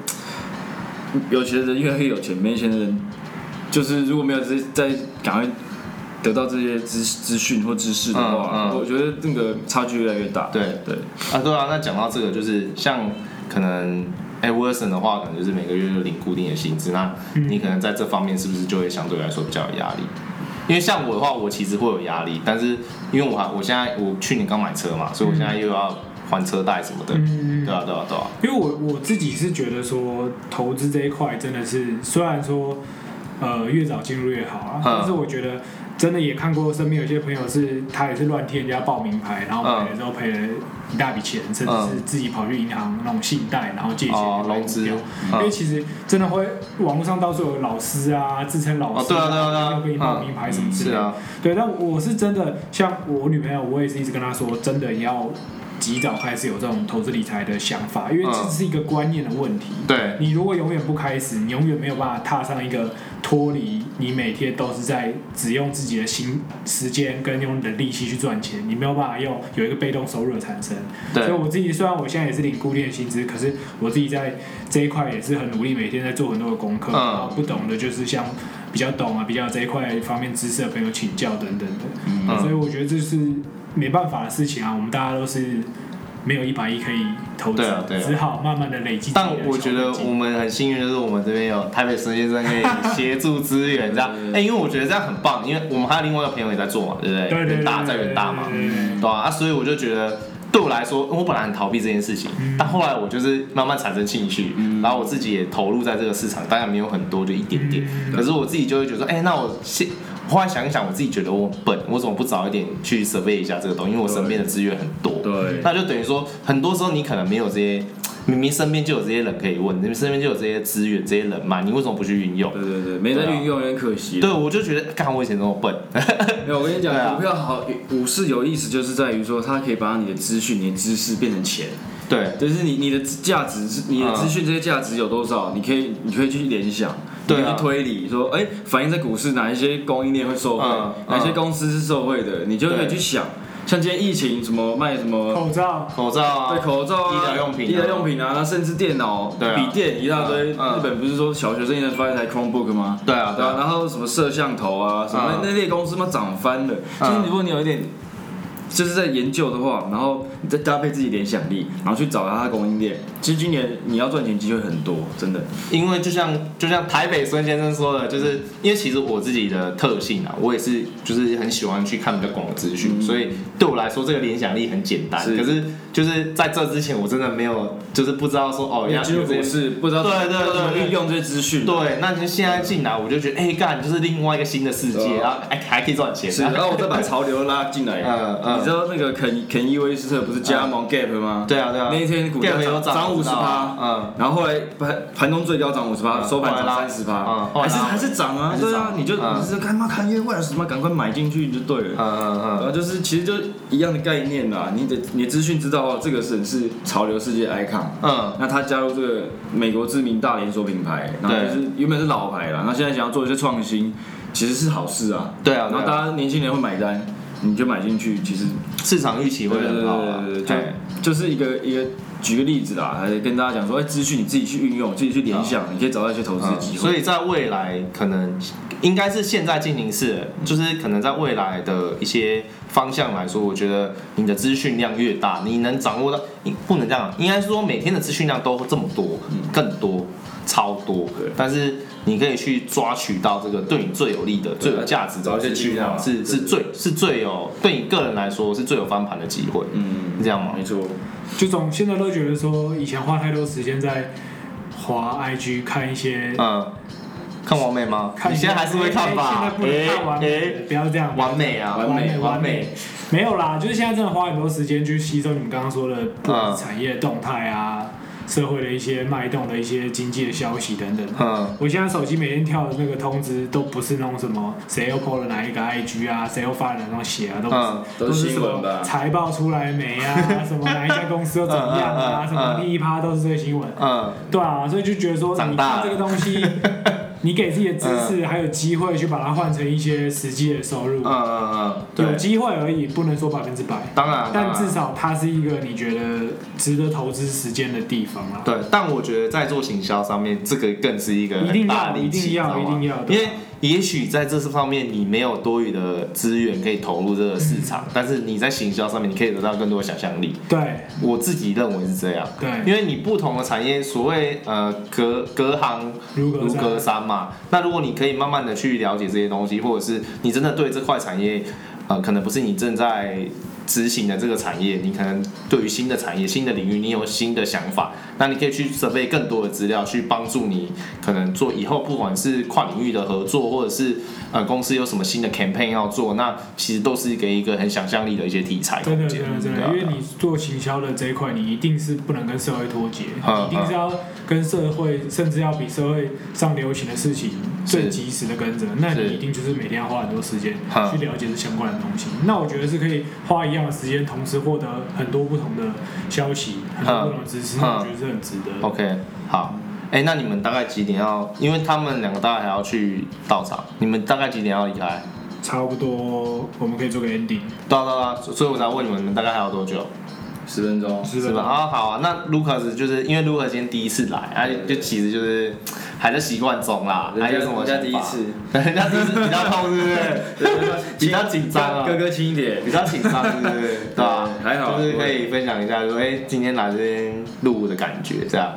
Speaker 3: 有钱人越来越有钱，没钱的人就是如果没有这在赶快得到这些资资讯或知识的话，
Speaker 1: 嗯嗯
Speaker 3: 我觉得那个差距越来越大。
Speaker 1: 对。
Speaker 3: 对，
Speaker 1: 啊，对啊，那讲到这个，就是像可能。哎、w i l s o n 的话，可能就是每个月就领固定的薪资，那你可能在这方面是不是就会相对来说比较有压力？因为像我的话，我其实会有压力，但是因为我还我现在我去年刚买车嘛，所以我现在又要还车贷什么的，
Speaker 2: 嗯
Speaker 1: 对啊，对啊，对啊，
Speaker 2: 因为我我自己是觉得说，投资这一块真的是，虽然说，呃，越早进入越好啊
Speaker 1: 嗯，
Speaker 2: 但是我觉得真的也看过身边有些朋友是，他也是乱替人家报名牌，然后买了之后赔了一大笔钱，甚至是自己跑去银行那种信贷，然后借钱
Speaker 1: 嗯哦，
Speaker 2: 买
Speaker 1: 融
Speaker 2: 股
Speaker 1: 资，
Speaker 2: 票。因为
Speaker 1: 嗯
Speaker 2: 其实真的会，网络上到处有老师啊，自称老
Speaker 1: 哦，
Speaker 2: 师、
Speaker 1: 对啊，对啊，对
Speaker 2: 又
Speaker 1: 啊，
Speaker 2: 给你报名牌什么
Speaker 1: 嗯
Speaker 2: 之类
Speaker 1: 是
Speaker 2: 的。
Speaker 1: 啊，
Speaker 2: 对，但我是真的，像我女朋友，我也是一直跟她说，真的要及早开始有这种投资理财的想法，因为
Speaker 1: 嗯
Speaker 2: 这是一个观念的问题。
Speaker 1: 对，
Speaker 2: 你如果永远不开始，你永远没有办法踏上一个脱离你每天都是在只用自己的心、时间跟用你的力气去赚钱，你没有办法用有一个被动收入的产生。所以
Speaker 1: 对，
Speaker 2: 我自己虽然我现在也是领固定的薪资，可是我自己在这一块也是很努力，每天在做很多的功课，
Speaker 1: 嗯
Speaker 2: 然后不懂的就是像比较懂啊、比较有这一块方面知识的朋友请教等等的。
Speaker 1: 嗯
Speaker 2: 所以我觉得这是没办法的事情啊，我们大家都是没有一百亿可以投资，
Speaker 1: 对啊对啊
Speaker 2: 只好慢慢的累积自己的
Speaker 1: 但
Speaker 2: 小本金。
Speaker 1: 我觉得我们很幸运，就是我们这边有台北孙先生可以协助资源，这样
Speaker 2: 嗯
Speaker 3: 对对。
Speaker 1: 哎、因为我觉得这样很棒，因为我们还有另外一个朋友也在做嘛，对不对？
Speaker 2: 对对对
Speaker 1: 远大在远大嘛，
Speaker 2: 对对对对
Speaker 1: 对啊，啊所以我就觉得。对我来说，我本来很逃避这件事情，
Speaker 2: 嗯
Speaker 1: 但后来我就是慢慢产生兴趣，然后我自己也投入在这个市场，当然没有很多，就一点点。
Speaker 2: 嗯
Speaker 1: 可是我自己就会觉得说，哎、那我现后来想一想，我自己觉得我很笨，我怎么不早一点去 survey 一下这个东西？因为我身边的资源很多，
Speaker 3: 对啊
Speaker 1: 那就等于说，很多时候你可能没有这些，明明身边就有这些人可以问，你身边就有这些资源、这些人脉，你为什么不去运用？
Speaker 3: 对对对，没在运用有点可惜。
Speaker 1: 对，我就觉得，干，我以前这么笨，
Speaker 3: 没有，我跟你
Speaker 1: 对啊
Speaker 3: 讲，股票好，股市有意思就是在于说，它可以把你的资讯、你的知识变成钱，
Speaker 1: 对，
Speaker 3: 就是你你的价值是你的
Speaker 1: 嗯
Speaker 3: 资讯这些价值有多少，你可以你可以去联想。
Speaker 1: 对啊
Speaker 3: 你可以去推理说，哎、反映在股市哪一些供应链会受惠，
Speaker 1: 嗯
Speaker 3: 哪些
Speaker 1: 嗯
Speaker 3: 公司是受惠的，你就可
Speaker 1: 对
Speaker 3: 以去想。像今天疫情，什么卖什么
Speaker 2: 口罩，
Speaker 1: 口罩啊，
Speaker 3: 对口罩啊、
Speaker 1: 医疗用品啊
Speaker 3: 医疗用品啊，那甚至电脑、
Speaker 1: 对啊
Speaker 3: 笔电一大堆。
Speaker 1: 嗯嗯
Speaker 3: 日本不是说小学生一人发一台 Chromebook 吗？
Speaker 1: 对啊，
Speaker 3: 对啊，然后什么摄像头啊，什么
Speaker 1: 嗯
Speaker 3: 那那类公司嘛涨翻了。
Speaker 1: 嗯
Speaker 3: 其实如果你有一点就是在研究的话，然后你再搭配自己联想力，然后去找它的供应链，其实今年你要赚钱机会很多，真的。
Speaker 1: 因为就像就像台北孙先生说的，就是因为其实我自己的特性啊，我也是就是很喜欢去看比较广的资讯，所以对我来说这个联想力很简单。
Speaker 3: 是
Speaker 1: 可嗯是就是在这之前，我真的没有就是不知道说哦，
Speaker 3: 你
Speaker 1: 要
Speaker 3: 进入
Speaker 1: 有这
Speaker 3: 股
Speaker 1: 些。
Speaker 3: 市，不知道
Speaker 1: 对对
Speaker 3: 不知道
Speaker 1: 对
Speaker 3: 怎么
Speaker 1: 对
Speaker 3: 运用这些资讯。
Speaker 1: 对，那就现在进来，我就觉得哎干，就是另外一个新的世界，
Speaker 3: 对啊
Speaker 1: 然后还还可以赚钱。
Speaker 3: 是，然后我再把潮流拉进来。
Speaker 1: 嗯嗯
Speaker 3: 你知道那个肯肯伊威斯特不是加盟 Gap 吗？
Speaker 1: 对啊对啊，
Speaker 3: 那一天股价
Speaker 1: Gap 有
Speaker 3: 涨涨
Speaker 1: 我
Speaker 3: 五
Speaker 1: 知
Speaker 3: 十
Speaker 1: 道
Speaker 3: 趴
Speaker 1: 啊，嗯。
Speaker 3: 然后后来盘盘中最高涨五十趴，
Speaker 1: 嗯
Speaker 3: 收盘
Speaker 1: 后来拉
Speaker 3: 涨三
Speaker 1: 嗯
Speaker 3: 十趴，
Speaker 1: 后来
Speaker 3: 还是
Speaker 1: 拉
Speaker 3: 还是涨啊
Speaker 1: 还，是
Speaker 3: 对啊，
Speaker 1: 涨
Speaker 3: 你就
Speaker 1: 嗯
Speaker 3: 你是看嘛看夜晚什么，赶快买进去就对了。
Speaker 1: 嗯嗯
Speaker 3: 然
Speaker 1: 嗯
Speaker 3: 后啊就是其实就一样的概念啦，你的你的资讯知道哦这个人是潮流世界 icon，
Speaker 1: 嗯，
Speaker 3: 那他加入这个美国知名大连锁品牌，然后
Speaker 1: 对
Speaker 3: 就是原本是老牌啦，那现在想要做一些创新，其实是好事啊。
Speaker 1: 对啊，
Speaker 3: 然后
Speaker 1: 对啊
Speaker 3: 大家年轻人会买单，你就买进去，其实
Speaker 1: 市场预期会很好啊，
Speaker 3: 对对
Speaker 1: 哎
Speaker 3: 对，就就是一个一个举个例子啦，还是跟大家讲说，哎，资讯你自己去运用，自己去联想，你可以找到一些投资的机会。
Speaker 1: 嗯所以在未来可能应该是现在进行式，
Speaker 3: 嗯
Speaker 1: 就是可能在未来的一些方向来说，我觉得你的资讯量越大，你能掌握到，你不能这样，应该是说每天的资讯量都这么多，更多。超多
Speaker 3: 嗯对，
Speaker 1: 但是你可以去抓取到这个对你最有利的、最有价值的
Speaker 3: 找一些
Speaker 1: 资讯
Speaker 3: 渠道啊
Speaker 1: 量，是是
Speaker 3: 对
Speaker 1: 最是最有对你个人来说是最有翻盘的机会，
Speaker 3: 嗯，
Speaker 1: 是这样吗
Speaker 3: 没？错，
Speaker 2: 就总现在都觉得说，以前花太多时间在滑 IG 看一些，
Speaker 1: 嗯，看完美吗？
Speaker 2: 看
Speaker 1: 你
Speaker 2: 一
Speaker 1: 现
Speaker 2: 些
Speaker 1: 在还是会看
Speaker 2: 哎现
Speaker 1: 吧
Speaker 2: 在？不能看完美
Speaker 1: 哎
Speaker 2: 的，不要这样
Speaker 1: 哎。完美啊，
Speaker 3: 完美
Speaker 1: 完美。
Speaker 2: 没有啦，就是现在真的花很多时间去吸收你们刚刚说的，
Speaker 1: 嗯
Speaker 2: 不管是产业动态啊，社会的一些脉动的一些经济的消息等等。
Speaker 1: 嗯
Speaker 2: 我现在手机每天跳的那个通知都不是那种什么谁又 PO 了哪一个 IG 啊，谁又发了哪双鞋啊，都不是，
Speaker 1: 嗯
Speaker 3: 都
Speaker 2: 都
Speaker 3: 是
Speaker 2: 是什
Speaker 3: 新闻吧
Speaker 2: 么财报出来没 啊，什么哪一家公司又怎么样
Speaker 1: 嗯嗯
Speaker 2: 啊，
Speaker 1: 嗯
Speaker 2: 什么第一趴都是这些新闻。
Speaker 1: 嗯，
Speaker 2: 对啊，所以就觉得说，
Speaker 1: 长
Speaker 2: 你
Speaker 1: 大了
Speaker 2: 看这个东 西，你给自己的知识还有机会去把它换成一些实际的收入
Speaker 1: 嗯，嗯嗯，
Speaker 2: 有
Speaker 1: 对，
Speaker 2: 机会而已，不能说百分之百，
Speaker 1: 当然，当
Speaker 2: 但
Speaker 1: 然
Speaker 2: 至少它是一个你觉得值得投资时间的地方啊啦。
Speaker 1: 对，但我觉得在做行销上面，这个更是一个
Speaker 2: 一定
Speaker 1: 很大
Speaker 2: 要，
Speaker 1: 的
Speaker 2: 一
Speaker 1: 利器
Speaker 2: 定要，一定
Speaker 1: 要，
Speaker 2: 要，
Speaker 1: 因
Speaker 2: 对
Speaker 1: 为。也许在这方面你没有多余的资源可以投入这个市
Speaker 2: 嗯
Speaker 1: 场，但是你在行销上面你可以得到更多的想象力。
Speaker 2: 对
Speaker 1: 我自己认为是这样，
Speaker 2: 对，
Speaker 1: 因为你不同的产业，所谓呃隔隔行
Speaker 2: 如
Speaker 1: 如
Speaker 2: 隔
Speaker 1: 隔
Speaker 2: 山，
Speaker 1: 山嘛。那如果你可以慢慢的去了解这些东西，或者是你真的对这块产业，呃，可能不是你正在执行的这个产业，你可能对于新的产业、新的领域，你有新的想法，那你可以去准备更多的资料，去帮助你可能做以后不管是跨领域的合作，或者是呃公司有什么新的 campaign 要做，那其实都是给一个很想象力的一些题材
Speaker 2: 真
Speaker 1: 空
Speaker 2: 的
Speaker 1: 间
Speaker 2: 真的。真
Speaker 1: 对
Speaker 2: 的，
Speaker 1: 啊
Speaker 2: 因为你做行销的这一块，你一定是不能跟社会脱节，
Speaker 1: 嗯
Speaker 2: 一定是要跟社会，甚至要比社会上流行的事情最及时的跟着。那
Speaker 1: 是
Speaker 2: 你一定就是每天要花很多时间
Speaker 1: 嗯
Speaker 2: 去了解这相关的东西。那我觉得是可以花一样的时间，同时获得很多不同的消息，很多不同的知识，
Speaker 1: 嗯
Speaker 2: 那我觉得是很值得。
Speaker 1: OK，好。哎、那你们大概几点要？因为他们两个大概还要去到场，你们大概几点要离开？
Speaker 2: 差不多，我们可以做个 ending。
Speaker 1: 对啊对啊，所所以我才问你们，你们大概还有多久，
Speaker 3: 十分钟。
Speaker 2: 是
Speaker 1: 是吧？
Speaker 2: 的，
Speaker 1: 啊，好啊，那 Lucas 就是因为 Lucas 今天第一次来，啊，就其实就是还在习惯中啦，啊还有什么
Speaker 3: 人家
Speaker 1: 想
Speaker 3: 第一
Speaker 1: 法
Speaker 3: 次，
Speaker 1: 人家第一次比较痛，是不是？ 比较紧张啊
Speaker 3: 哥哥轻一点。
Speaker 1: 比较紧张，是不是？对吧、
Speaker 3: 还好
Speaker 1: 就是可以分享一下说，哎、今天来这边录的感觉，这样。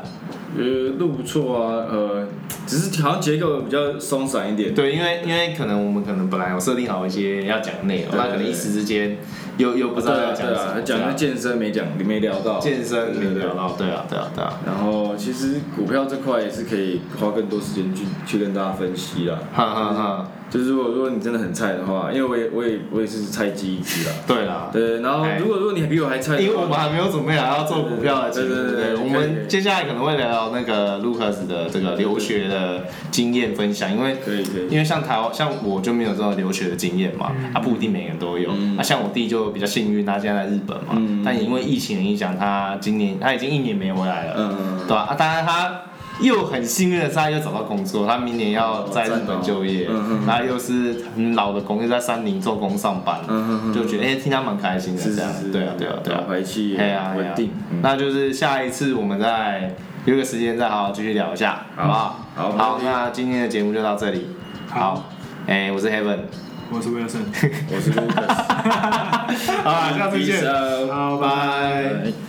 Speaker 3: 呃，路不错啊，呃，只是好像结构比较松散一点。
Speaker 1: 对，啊因为因为可能我们可能本来有设定好一些要讲的内容，
Speaker 3: 对
Speaker 1: 那可能一时之间又又不知道
Speaker 3: 对
Speaker 1: 要
Speaker 3: 啊，
Speaker 1: 讲
Speaker 3: 对
Speaker 1: 什么
Speaker 3: 啊，，
Speaker 1: 这
Speaker 3: 讲
Speaker 1: 样
Speaker 3: 了健身没讲，没聊到
Speaker 1: 健身
Speaker 3: 对对
Speaker 1: 没
Speaker 3: 对
Speaker 1: 聊到，对啊对啊对啊，
Speaker 3: 然后其实股票这块也是可以花更多时间去去跟大家分析啦。
Speaker 1: 哈哈哈，
Speaker 3: 就是如果如果你真的很菜的话，因为我也我也我也是菜鸡一只啦。
Speaker 1: 对啦，
Speaker 3: 对，然后
Speaker 1: 哎
Speaker 3: 如果如果你比我还菜的话，
Speaker 1: 因为我们还没有准备好要做股票的，其实
Speaker 3: 对对对对对
Speaker 1: 我
Speaker 3: 可以可
Speaker 1: 们
Speaker 3: 以
Speaker 1: 接下来可能会聊那个 Lucas 的这个留学的经验分享，因为
Speaker 3: 可以可以，
Speaker 1: 因为像台湾，像我就没有这种留学的经验嘛，
Speaker 2: 嗯
Speaker 1: 他、不一定每个人都有。那、啊
Speaker 3: 嗯
Speaker 1: 像我弟就比较幸运，他现在在日本嘛，
Speaker 3: 嗯
Speaker 1: 但也因为疫情的影响，他今年他已经一年没回来了，
Speaker 3: 嗯
Speaker 1: 对，吧、啊？当然他又很幸运的是，他又找到工作，他明年要在日本就业，
Speaker 3: 哦赞哦嗯嗯嗯
Speaker 1: 然后又是很老的工，又在三菱重工上班，
Speaker 3: 嗯嗯嗯
Speaker 1: 就觉得哎、听他蛮开心的
Speaker 3: 是
Speaker 1: 这
Speaker 3: 是
Speaker 1: 样，
Speaker 3: 是，
Speaker 1: 对啊，对啊，对啊，
Speaker 3: 排气
Speaker 1: 嘿啊嘿啊
Speaker 3: 稳定，嗯
Speaker 1: 那就是下一次我们再有个时间再好好继续聊一下，好
Speaker 3: 好
Speaker 1: 不好？
Speaker 3: 好没
Speaker 1: 好
Speaker 3: 问，题
Speaker 1: 那今天的节目就到这里。
Speaker 2: 好
Speaker 1: 好，哎，我是 Heaven，
Speaker 2: 我是 Wilson。
Speaker 3: 我是 Lucas，
Speaker 1: 好啦，下次见，
Speaker 3: Peace out
Speaker 2: 好
Speaker 1: 拜拜。
Speaker 3: 拜